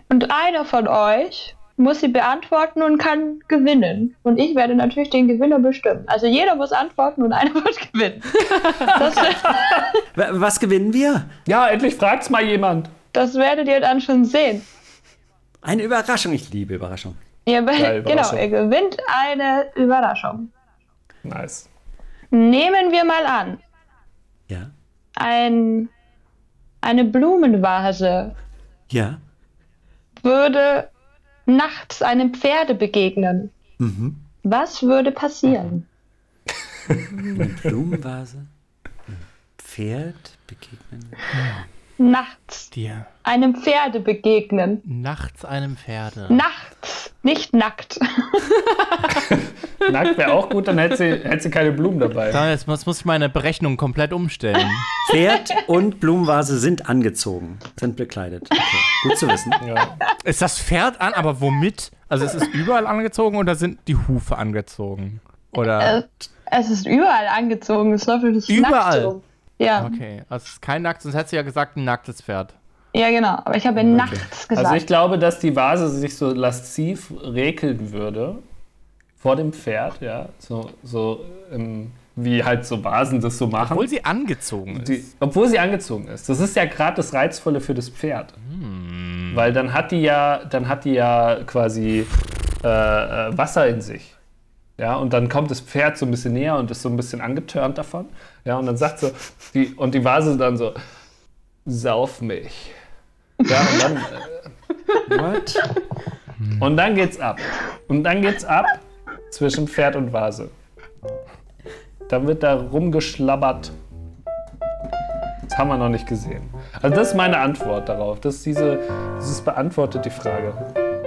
S4: Und einer von euch muss sie beantworten und kann gewinnen. Und ich werde natürlich den Gewinner bestimmen. Also jeder muss antworten und einer wird gewinnen. Das,
S2: W was gewinnen wir?
S3: Ja, endlich fragt's mal jemand.
S4: das werdet ihr dann schon sehen.
S2: Eine Überraschung. Ich liebe Überraschung.
S4: Ihr, be-
S3: Geil,
S4: genau,
S3: Überraschung.
S4: ihr gewinnt eine Überraschung.
S3: Nice.
S4: Nehmen wir mal an,
S2: Ja?
S4: ein, eine Blumenvase
S2: Ja?
S4: würde nachts einem Pferde begegnen.
S2: Mhm.
S4: Was würde passieren?
S2: Blumenvase. Ein Pferd begegnen.
S4: Nachts
S1: Dir Mhm.
S4: einem Pferde begegnen.
S1: nachts einem Pferde.
S4: Nachts, nicht nackt.
S3: Nackt wäre auch gut, dann hätte sie, hätte sie keine Blumen dabei.
S1: Da, jetzt muss, muss ich meine Berechnung komplett umstellen.
S2: Pferd und Blumenvase sind angezogen. Sind bekleidet. Okay. Gut zu wissen.
S3: Ja.
S1: ist das Pferd an, aber womit? Also es ist überall angezogen oder sind die Hufe angezogen? Oder.
S4: Es ist überall angezogen, es läuft nicht
S1: Überall?
S4: nackt rum. Ja,
S1: Okay, also es ist kein nackt, sonst hättest du ja gesagt, ein nacktes Pferd.
S4: ja genau. Aber ich habe nachts gesagt.
S3: Also ich glaube, dass die Vase sich so lasziv rekeln würde vor dem Pferd, ja. So, so ähm, wie halt so Vasen das so machen.
S1: Obwohl sie angezogen ist.
S3: Die, obwohl sie angezogen ist. Das ist ja gerade das Reizvolle für das Pferd. Weil dann hat die ja, dann hat die ja quasi äh, äh, Wasser in sich. Ja, und dann kommt das Pferd so ein bisschen näher und ist so ein bisschen angetörnt davon. Ja, und dann sagt so, die, und die Vase dann so, sauf mich. Ja, und dann, äh, Hm.
S2: What?
S3: und dann geht's ab. Und dann geht's ab zwischen Pferd und Vase. Dann wird da rumgeschlabbert. Das haben wir noch nicht gesehen. Also das ist meine Antwort darauf. Das ist diese, dieses beantwortet die Frage.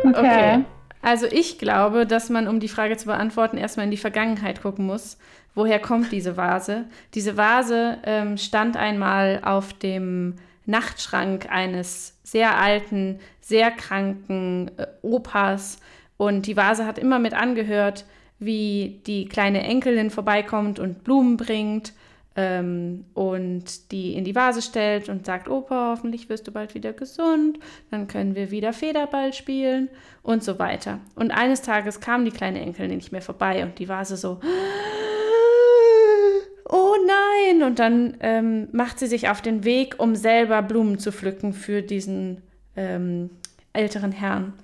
S5: Okay. Also ich glaube, dass man, um die Frage zu beantworten, erstmal in die Vergangenheit gucken muss. Woher kommt diese Vase? Diese Vase ähm, stand einmal auf dem Nachtschrank eines sehr alten, sehr kranken äh, Opas. Und die Vase hat immer mit angehört, wie die kleine Enkelin vorbeikommt und Blumen bringt ähm, und die in die Vase stellt und sagt, Opa, hoffentlich wirst du bald wieder gesund, dann können wir wieder Federball spielen und so weiter. Und eines Tages kam die kleine Enkelin nicht mehr vorbei und die Vase so, oh nein! Und dann ähm, macht sie sich auf den Weg, um selber Blumen zu pflücken für diesen ähm, älteren Herrn.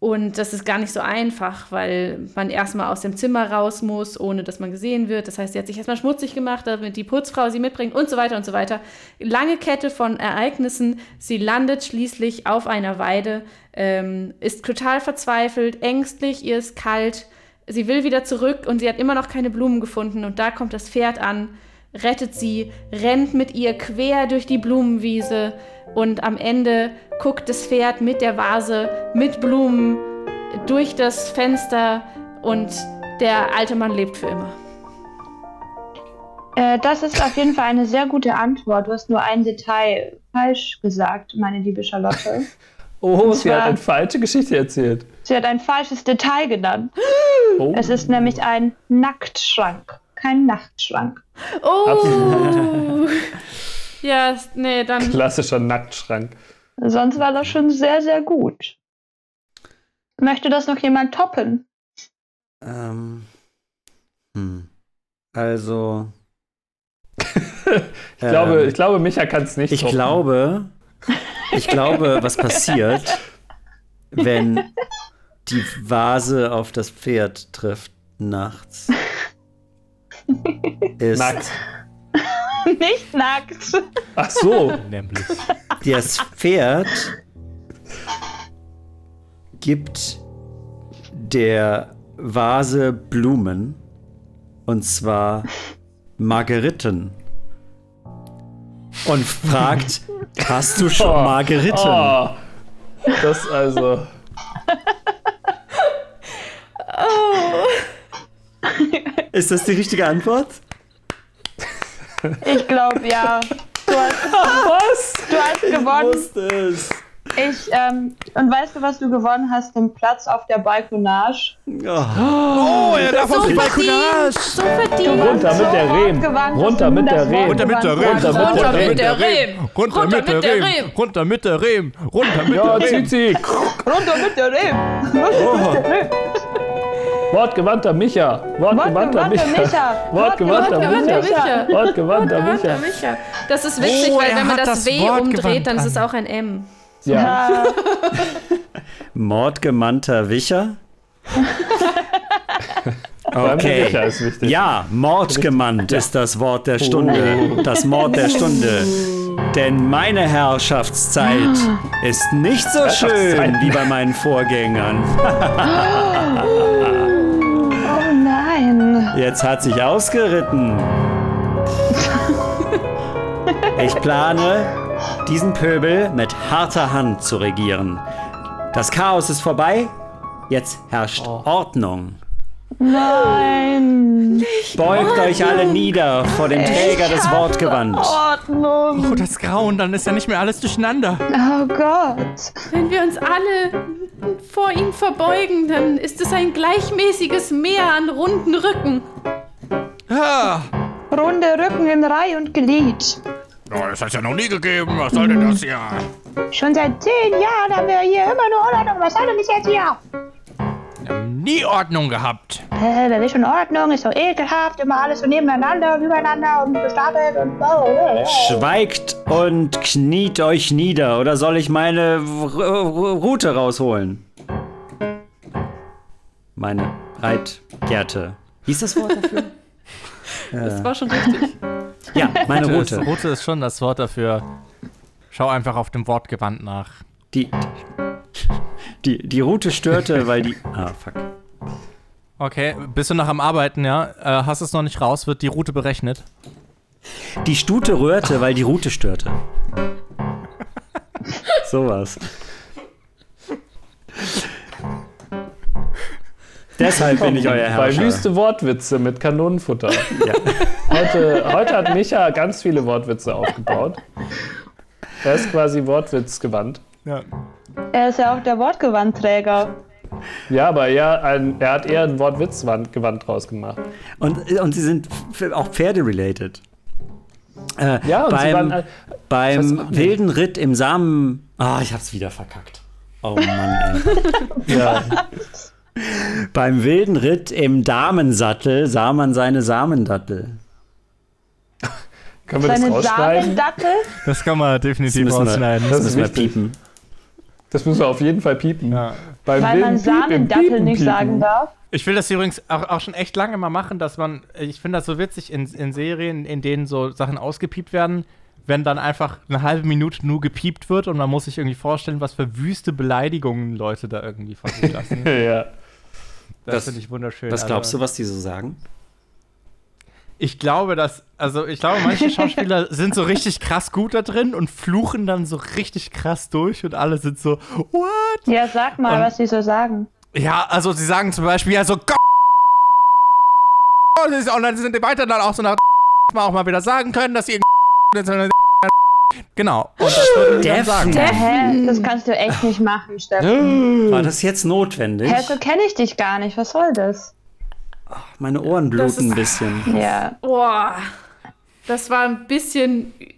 S5: Und das ist gar nicht so einfach, weil man erstmal aus dem Zimmer raus muss, ohne dass man gesehen wird. Das heißt, sie hat sich erstmal schmutzig gemacht, damit die Putzfrau sie mitbringt und so weiter und so weiter. Lange Kette von Ereignissen. Sie landet schließlich auf einer Weide, ähm, ist total verzweifelt, ängstlich, ihr ist kalt. Sie will wieder zurück und sie hat immer noch keine Blumen gefunden. Und da kommt das Pferd an, rettet sie, rennt mit ihr quer durch die Blumenwiese. Und am Ende guckt das Pferd mit der Vase, mit Blumen durch das Fenster und der alte Mann lebt für immer.
S4: Äh, das ist auf jeden Fall eine sehr gute Antwort. Du hast nur ein Detail falsch gesagt, meine liebe Charlotte.
S3: Oh, sie
S4: sie
S3: hat
S4: hat
S3: eine falsche Geschichte erzählt.
S4: Sie hat ein falsches Detail genannt.
S3: Oh.
S4: Es ist nämlich ein Nacktschrank, kein Nachtschrank.
S5: Oh! ja, s- nee, dann.
S3: Klassischer Nacktschrank.
S4: Sonst war das schon sehr, sehr gut. Möchte das noch jemand toppen?
S2: Ähm. Hm. Also. Ähm.
S3: Ich, glaube, ich glaube, Micha kann es nicht.
S2: Ich
S3: toppen.
S2: glaube, ich glaube, was passiert, wenn die Vase auf das Pferd trifft nachts, ist,
S3: Nackt.
S4: Nicht nackt.
S3: Ach so.
S1: Nämlich.
S2: das Pferd gibt der Vase Blumen und zwar Margeriten und fragt, hast du schon
S3: Oh,
S2: Margeriten?
S3: Oh, das also.
S2: Ist das die richtige Antwort?
S4: Ich glaube, ja. Du hast,
S2: Was?
S4: du hast gewonnen.
S2: wusste es.
S4: Ich, ähm, und weißt du, was du gewonnen hast? Den Platz auf der Balkonage.
S2: Oh.
S1: Oh, er darf auf die
S5: verdient,
S1: Balkonage!
S5: so verdient.
S3: Runter mit der
S4: Sofort
S3: Rehm.
S4: gewandt, dass
S3: Runter
S4: du
S3: mit
S4: das
S3: der Rehm.
S4: Wort
S1: Runter mit der
S4: gewandt
S1: Rehm!
S4: hast.
S3: Runter mit der Rehm.
S5: der Rehm.
S1: Runter mit der Rehm! Runter mit der Rehm! Runter mit
S3: Ja,
S1: der Rehm!
S3: Zizi.
S4: Runter mit der Rehm.
S3: Wortgewandter Micha. Wortgewandter
S4: Wortgewandter
S3: Micha.
S4: um Micha. um
S3: Wortgewandter
S5: Wortgewandter
S3: Micha.
S5: Micha.
S3: Wortgewandter
S5: Warte,
S3: Micha.
S5: Micha. Das ist witzig,
S1: Oh,
S5: weil
S1: er
S5: wenn man
S1: hat
S5: das,
S1: das
S5: W
S1: Wort
S5: umdreht,
S1: gewandt
S5: dann ist es
S1: an.
S5: auch ein M.
S3: Ja.
S4: Ja.
S2: Mordgemannter Wicher?
S3: allem der
S2: Okay.
S3: Wicher ist wichtig.
S2: Ja, mordgemannt ist das Wort der Stunde. Das Mord der Stunde. Denn meine Herrschaftszeit ist nicht so schön wie bei meinen Vorgängern.
S4: Oh nein.
S2: Jetzt hat sich ausgeritten. Ich plane, diesen Pöbel mit harter Hand zu regieren. Das Chaos ist vorbei. Jetzt herrscht Ordnung.
S4: Nein. Oh.
S2: Beugt euch alle nieder vor dem Träger des Wortgewands.
S4: Ordnung.
S1: Oh, das Grauen, dann ist ja nicht mehr alles durcheinander.
S4: Oh Gott.
S5: Wenn wir uns alle vor ihm verbeugen, dann ist es ein gleichmäßiges Meer an runden Rücken.
S1: Ah.
S4: Runde Rücken in Reihe und Glied.
S1: Oh, das hat's ja noch nie gegeben. Was soll denn das hier?
S4: Schon seit zehn Jahren haben wir hier immer nur Ordnung. Was soll denn das jetzt hier?
S1: Nie Ordnung gehabt.
S4: Äh, wer will schon Ordnung? Ist doch ekelhaft. Immer alles so nebeneinander und übereinander und gestapelt und. oh.
S2: Schweigt und kniet euch nieder, oder soll ich meine R- R- Rute rausholen? Meine Reitgerte. Hieß das Wort dafür?
S5: Das war schon richtig.
S2: Ja, meine
S1: Rote.
S2: Rute.
S1: Rote ist schon das Wort dafür. Schau einfach auf dem Wortgewand nach.
S2: Die, die, die Route störte, weil die. Ah, fuck.
S1: Okay, bist du noch am Arbeiten, ja? Äh, hast es noch nicht raus, wird die Route berechnet.
S2: Die Stute rührte, weil die Route störte. Sowas. Deshalb bin ich euer
S3: Bei
S2: Herrscher.
S3: wüste Wortwitze mit Kanonenfutter. Heute, heute hat Micha ganz viele Wortwitze aufgebaut. Er ist quasi Wortwitzgewandt.
S1: Ja.
S4: Er ist ja auch der Wortgewandträger.
S3: Ja, aber eher ein, er hat eher ein Wortwitzgewand draus gemacht.
S2: Und, und sie sind f- auch Pferde-related. Äh,
S3: Ja, und
S2: beim,
S3: sie waren. halt- weiß auch
S2: beim
S3: nicht.
S2: wilden Ritt im Samen. Ah, ich hab's wieder verkackt. Oh Mann, ey. ja. Beim wilden Ritt im Damensattel sah man seine Samendattel.
S3: Können wir das
S4: Seine
S3: rausschneiden?
S4: Samendattel.
S1: Das kann man definitiv
S2: Das müssen wir-
S1: rausschneiden.
S3: Das ist
S2: Müssen wir
S3: wichtig.
S2: piepen.
S3: Das müssen wir auf jeden Fall piepen.
S1: Ja.
S3: Beim
S4: Weil man
S3: wilden Piep im
S4: Samendattel
S3: Piepen
S4: nicht
S3: piepen.
S4: sagen darf.
S1: Ich will das übrigens auch, auch schon echt lange mal machen, dass man, ich finde das so witzig in, in Serien, in denen so Sachen ausgepiept werden, wenn dann einfach eine halbe Minute nur gepiept wird und man muss sich irgendwie vorstellen, was für wüste Beleidigungen Leute da irgendwie von sich lassen.
S3: Ja, ja.
S1: Das,
S2: Das-
S1: finde ich wunderschön.
S2: Was glaubst
S1: Also,
S2: du, was die so sagen?
S1: Ich glaube, dass, also ich glaube, manche Schauspieler sind so richtig krass gut da drin und fluchen dann so richtig krass durch und alle sind so, what?
S4: Ja, sag
S3: Ähm.
S4: mal,
S1: Und-
S4: was sie so sagen.
S1: Ja, also sie sagen zum Beispiel ja so "Gott." und dann sind die weiter dann auch so nach mal auch mal wieder sagen können, dass sie genau. Und das würde ich dann sagen.
S4: Hä? Das kannst du echt nicht machen,
S3: Ne?
S4: Steffen.
S2: War das jetzt notwendig?
S4: Hä, so kenne ich dich gar nicht. Was soll das?
S2: Meine Ohren
S5: Das
S2: bluten
S5: ist-
S2: ein bisschen.
S4: Ja.
S5: Boah, das war ein bisschen ü-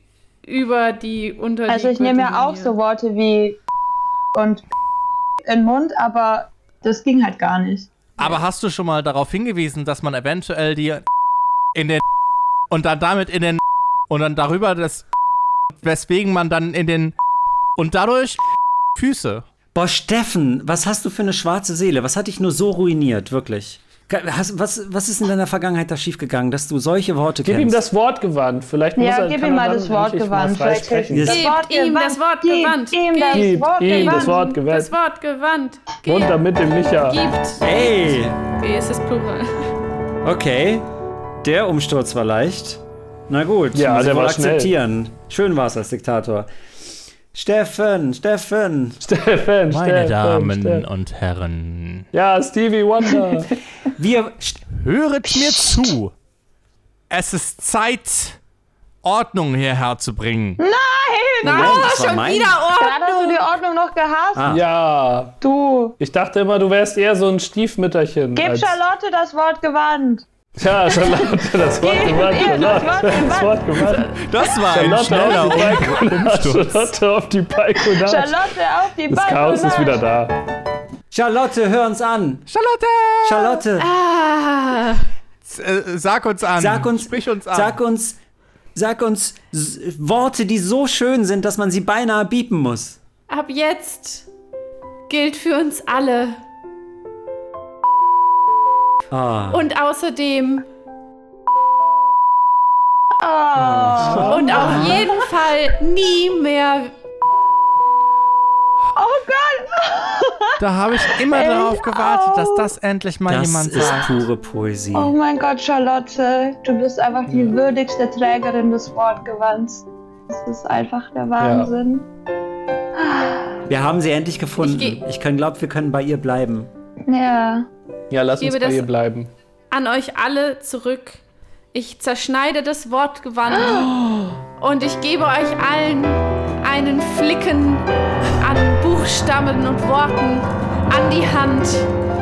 S5: über die unter die
S4: Also ich nehme ja auch
S5: Gürtellinie.
S4: so Worte wie und in den Mund, aber das ging halt gar nicht.
S1: Aber hast du schon mal darauf hingewiesen, dass man eventuell die in den und dann damit in den und dann darüber das weswegen man dann in den und dadurch Füße.
S2: Boah, Steffen, was hast du für eine schwarze Seele? Was hat dich nur so ruiniert, wirklich? Ge- Hast, was, was ist in deiner Vergangenheit da schiefgegangen, dass du solche Worte
S3: Gib ihm
S2: kennst?
S3: das Wortgewand. Vielleicht muss
S4: Ja,
S3: er,
S4: gib
S3: kann
S4: ihm
S3: er
S4: mal
S3: dann
S4: das Wort
S3: endlich mal
S4: gewandt.
S3: frei
S4: Vielleicht hilft
S3: sprechen.
S4: ihm
S2: Das-
S4: das Wort
S5: Gebt ihm
S4: gewandt.
S5: das Wort
S4: Gib
S5: gewandt.
S4: ihm das
S5: Gebt
S4: Wort
S3: Gib ihm das
S4: gewandt.
S3: Wort gewandt.
S5: Das Wort gewandt. Ge-
S3: Runter mit dem Micha.
S5: Gibt.
S2: Ey,
S5: Okay, es ist Plural.
S2: okay. Der Umsturz war leicht. Na gut,
S3: Ja,
S2: muss ich
S3: der
S2: wohl
S3: war schnell.
S2: akzeptieren. Schön war es als Diktator. Steffen, Steffen.
S3: Steffen, Steffen, Steffen.
S1: und Herren,
S3: Ja, Stevie Wonder.
S2: Wir. St
S1: Höret mir zu. Es ist Zeit, Ordnung hierher zu bringen.
S2: Hm? Moment,
S5: Ah,
S2: das war
S5: schon
S2: mein-
S5: wieder Ohr.
S4: Gerade hast du die Ordnung noch gehasst.
S2: Ah.
S3: ja,
S4: Du.
S3: ich dachte immer, du wärst eher so ein Stiefmütterchen.
S4: Gib
S3: als-
S4: Charlotte das Wort gewandt.
S3: Ja, Charlotte, das Wort
S4: Gib
S3: gewandt.
S4: ihr das
S3: Charlotte,
S4: Wort
S3: das Wort gewandt.
S1: Das war ein schneller
S3: Charlotte auf die
S1: Un-
S3: Balkonage.
S1: Umsturz.
S3: Charlotte auf die Balkonage.
S4: Charlotte auf die
S3: Das Chaos ist wieder da.
S2: Charlotte, hör uns an.
S1: Charlotte!
S2: Charlotte,
S5: Ah,
S1: Äh, sag uns an.
S2: sag uns.
S1: Sprich uns an.
S2: Sag uns. Sag uns s- Worte, die so schön sind, dass man sie beinahe biepen muss.
S5: ab jetzt gilt für uns alle.
S2: Ah.
S5: Und außerdem
S4: Oh,
S5: und
S3: Ah.
S5: auf jeden Fall nie mehr.
S4: oh Gott.
S1: da habe ich immer darauf gewartet, dass das endlich mal
S2: Das
S1: jemand
S2: ist
S1: sagt.
S2: pure Poesie.
S4: Oh mein Gott, Charlotte. Du bist einfach die würdigste Trägerin des Wortgewands. Das ist einfach der Wahnsinn.
S2: Wir haben sie endlich gefunden.
S5: Ich geh-
S2: Ich, kann glaube, wir können bei ihr bleiben.
S4: Ja.
S3: Ja, lass
S5: Ich
S3: uns
S5: gebe
S3: bei
S5: das-
S3: ihr bleiben.
S5: an euch alle zurück. Ich zerschneide das Wortgewand und ich gebe euch allen einen Flicken an Buchstaben und Worten an die Hand,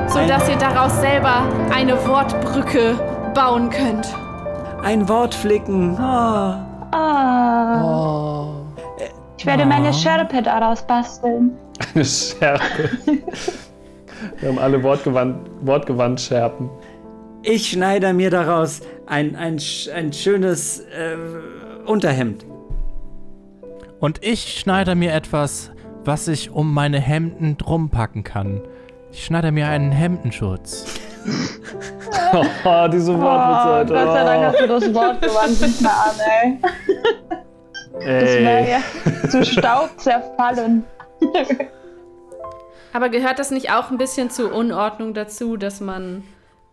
S5: sodass ihr daraus selber eine Wortbrücke bauen könnt.
S2: Ein Wort flicken. Ah.
S4: Ah. Ich werde meine Schärpe daraus basteln.
S3: Eine Schärpe. Wir haben alle Wortgewandt, Wortgewandt Schärpen.
S2: Ich schneide mir daraus ein, ein, sch- ein schönes äh, Unterhemd.
S1: Und ich schneide mir etwas, was ich um meine Hemden drum packen kann. Ich schneide mir einen Hemdenschutz.
S3: Oh, diese
S4: Oh, Gott
S3: Wortwitze
S4: sei Dank
S3: heute.
S4: hast du das Wort gewandt nicht mehr an, ey.
S3: Oh,
S4: Das wäre
S3: ey.
S4: ja zu Staub zerfallen.
S5: Aber gehört das nicht auch ein bisschen zur Unordnung dazu, dass man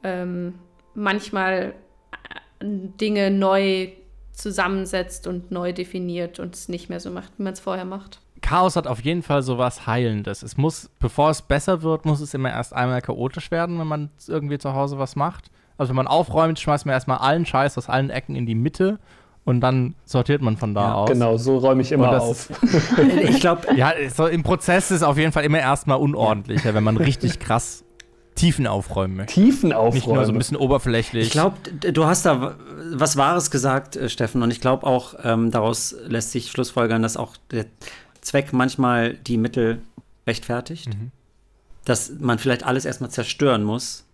S5: ähm, manchmal äh, Dinge neu zusammensetzt und neu definiert und es nicht mehr so macht, wie man es vorher macht?
S1: Chaos hat auf jeden Fall sowas Heilendes. Es muss, bevor es besser wird, muss es immer erst einmal chaotisch werden, wenn man irgendwie zu Hause was macht. Also wenn man aufräumt, schmeißt man erstmal allen Scheiß aus allen Ecken in die Mitte und dann sortiert man von da aus.
S3: Genau, so räume ich immer
S1: Und das
S3: auf.
S2: Ich glaube,
S1: Ja, so im Prozess ist auf jeden Fall immer erstmal unordentlicher, wenn man richtig krass Tiefen aufräumen möchte.
S3: Tiefen aufräumen.
S1: Nicht nur so ein bisschen oberflächlich.
S2: Ich glaube, du hast da w- was Wahres gesagt, äh, Steffen. Und ich glaube auch, ähm, daraus lässt sich schlussfolgern, dass auch der Zweck manchmal die Mittel rechtfertigt. Dass man vielleicht alles erstmal zerstören muss,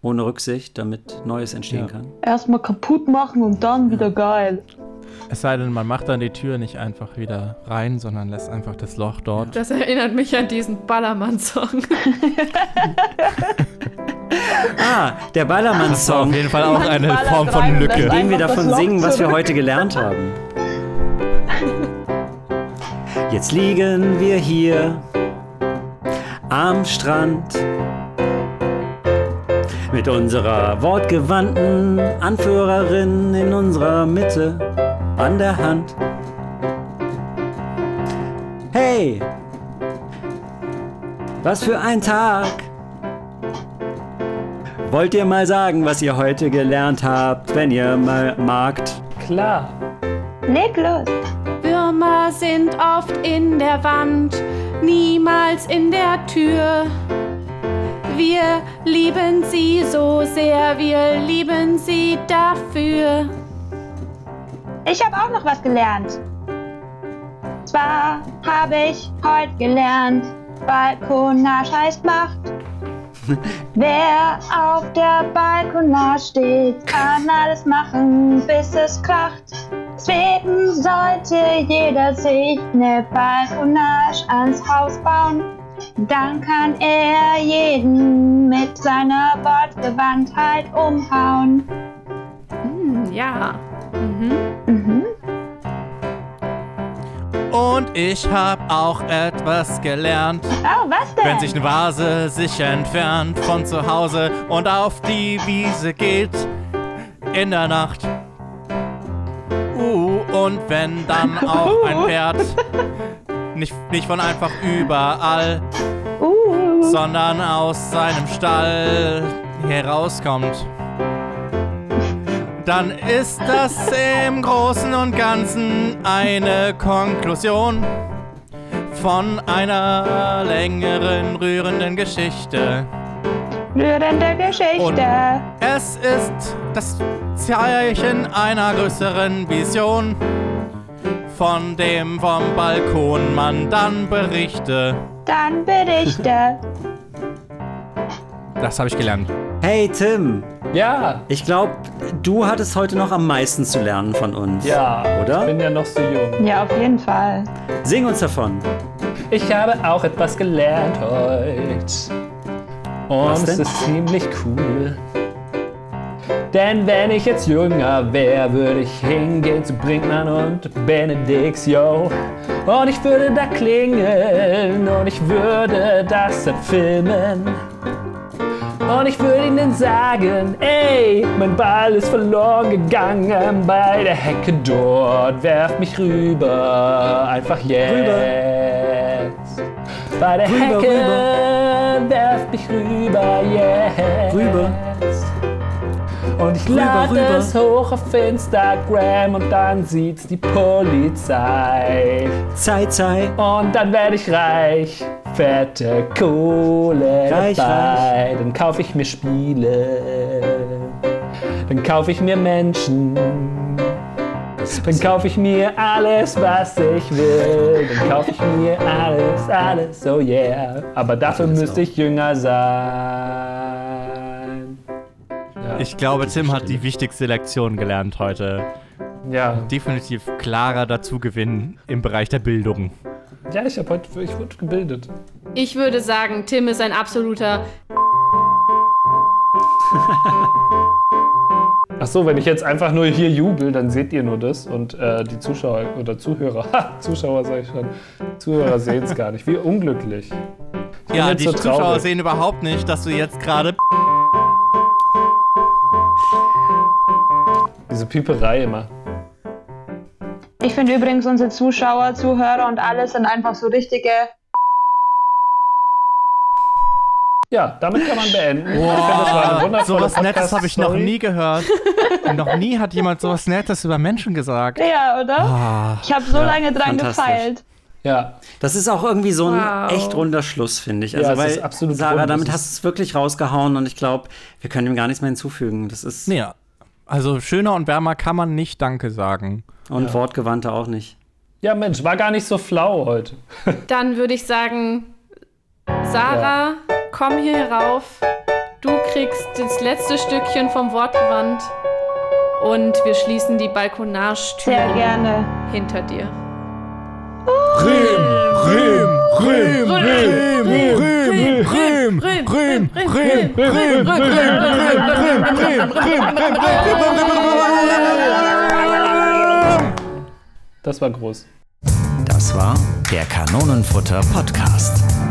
S2: ohne Rücksicht, damit Neues entstehen
S3: Ja.
S2: kann.
S4: Erstmal kaputt machen und dann wieder geil.
S1: es sei denn, man macht dann die Tür nicht einfach wieder rein, sondern lässt einfach das Loch dort.
S5: Das erinnert mich an diesen Ballermann-Song.
S2: Ah, der Ballermann-Song,
S1: Auf jeden Fall auch eine
S4: Manchmal
S1: Form von
S4: ergreifen lässt
S3: ne?
S1: Lücke.
S4: ein-
S2: den wir
S4: Einfach das
S2: davon
S4: Loch
S2: singen, was wir
S4: zurück.
S2: heute gelernt haben. Jetzt liegen wir hier am Strand mit unserer wortgewandten Anführerin in unserer Mitte an der Hand. Hey, was für ein Tag! Wollt ihr mal sagen, was ihr heute gelernt habt, wenn ihr mal magt?
S3: Klar.
S4: Leg los.
S5: Würmer sind oft in der Wand, niemals in der Tür. Wir lieben sie so sehr, wir lieben sie dafür.
S4: Ich habe auch noch was gelernt. Zwar habe ich heute gelernt, Balkonage heißt Macht. Wer auf der Balkonage steht, kann alles machen, bis es kracht. Deswegen sollte jeder sich eine Balkonage ans Haus bauen. Dann kann er jeden mit seiner Wortgewandtheit umhauen.
S5: Hm, ja.
S1: Und ich hab auch etwas gelernt.
S4: Oh, was denn?
S1: Wenn sich eine Vase sich entfernt von zu Hause und auf die Wiese geht in der Nacht. Uh, und wenn dann
S4: Uh.
S1: auch ein Pferd nicht, nicht von einfach überall,
S4: Uh.
S1: sondern aus seinem Stall herauskommt, dann ist das im Großen und Ganzen eine Konklusion von einer längeren rührenden Geschichte.
S4: Rührende Geschichte.
S1: Und es ist das Zeichen einer größeren Vision, von dem vom Balkon man dann berichte.
S4: Dann berichte.
S1: Das habe ich gelernt.
S2: Hey Tim,
S3: Ja.
S2: ich glaube, du hattest heute noch am meisten zu lernen von uns.
S3: Ja. Ich
S2: Oder?
S3: bin ja noch so jung.
S4: ja, auf jeden Fall.
S2: Sing uns davon.
S3: Ich habe auch etwas gelernt heute. Und
S2: Was
S3: es
S2: denn?
S3: ist ziemlich cool. Denn wenn ich jetzt jünger wäre, würde ich hingehen zu Brinkmann und Benedix, yo. Und ich würde da klingeln und ich würde das dann filmen. Und ich würde ihnen sagen, ey, mein Ball ist verloren gegangen bei der Hecke dort. Werft mich rüber, einfach jetzt. Bei der
S2: Rüber,
S3: Hecke, werft mich rüber jetzt.
S2: Rüber.
S3: Und ich
S2: Rüber,
S3: lade
S2: rüber.
S3: es hoch auf Instagram und dann sieht's die Polizei.
S2: Zeit, Zeit.
S3: Und dann werde ich reich. Fette Kohle
S2: Reich,
S3: dabei. Dann kaufe ich mir Spiele. Dann kaufe ich mir Menschen. Dann kaufe ich mir alles, was ich will. Dann kaufe ich mir alles, alles, oh yeah. Aber dafür müsste ich jünger sein.
S1: Ich glaube, Tim hat die wichtigste Lektion gelernt heute.
S3: Ja,
S1: Definitiv klarer Dazugewinn im Bereich der Bildung.
S3: ja ich, hab heute, ich wurde gebildet.
S5: Ich würde sagen, Tim ist ein absoluter
S3: Ach so, wenn ich jetzt einfach nur hier jubel, dann seht ihr nur das und äh, die Zuschauer oder Zuhörer, ha, Zuschauer sage ich schon, Zuhörer sehen es gar nicht. Wie unglücklich. Ich bin
S1: Ja,
S3: jetzt
S1: die
S3: so
S1: Zuschauer
S3: traurig.
S1: sehen überhaupt nicht, dass du jetzt gerade.
S3: Diese Pieperei immer.
S4: Ich finde übrigens, unsere Zuschauer, Zuhörer und alles sind einfach so richtige.
S3: Ja, damit kann man beenden. Ich finde, das war eine
S1: Wow,
S3: wundervolle
S1: sowas Nettes habe ich noch
S3: Podcast-Story.
S1: nie gehört. Und noch nie hat jemand sowas Nettes über Menschen gesagt.
S4: Ja, oder?
S1: Ah,
S4: Ich habe so lange dran
S2: fantastisch.
S4: gefeilt.
S3: Ja,
S2: Das ist auch irgendwie so ein
S5: Wow.
S2: echt runder Schluss, finde ich.
S3: Ja,
S2: Also,
S3: es
S2: weil,
S3: ist absolut
S2: Sarah,
S3: rund.
S2: damit
S3: Es
S2: hast du es wirklich rausgehauen und ich glaube, wir können ihm gar nichts mehr hinzufügen. Das ist.
S1: nee, also schöner und wärmer kann man nicht Danke sagen.
S2: Und wortgewandter auch nicht.
S3: ja, Mensch, war gar nicht so flau heute.
S5: Dann würde ich sagen, Sarah, komm hier rauf. Du kriegst das letzte Stückchen vom Wortgewand. Und wir schließen die
S4: Sehr
S5: Balkonage-Tür
S4: gerne.
S5: hinter dir.
S1: Röhm, Röhm, Röhm, Röhm,
S5: Röhm,
S1: Röhm, Röhm,
S5: Röhm, Röhm, Röhm, Röhm, Röhm, Röhm,
S3: Das war groß.
S6: Das war der Kanonenfutter Podcast.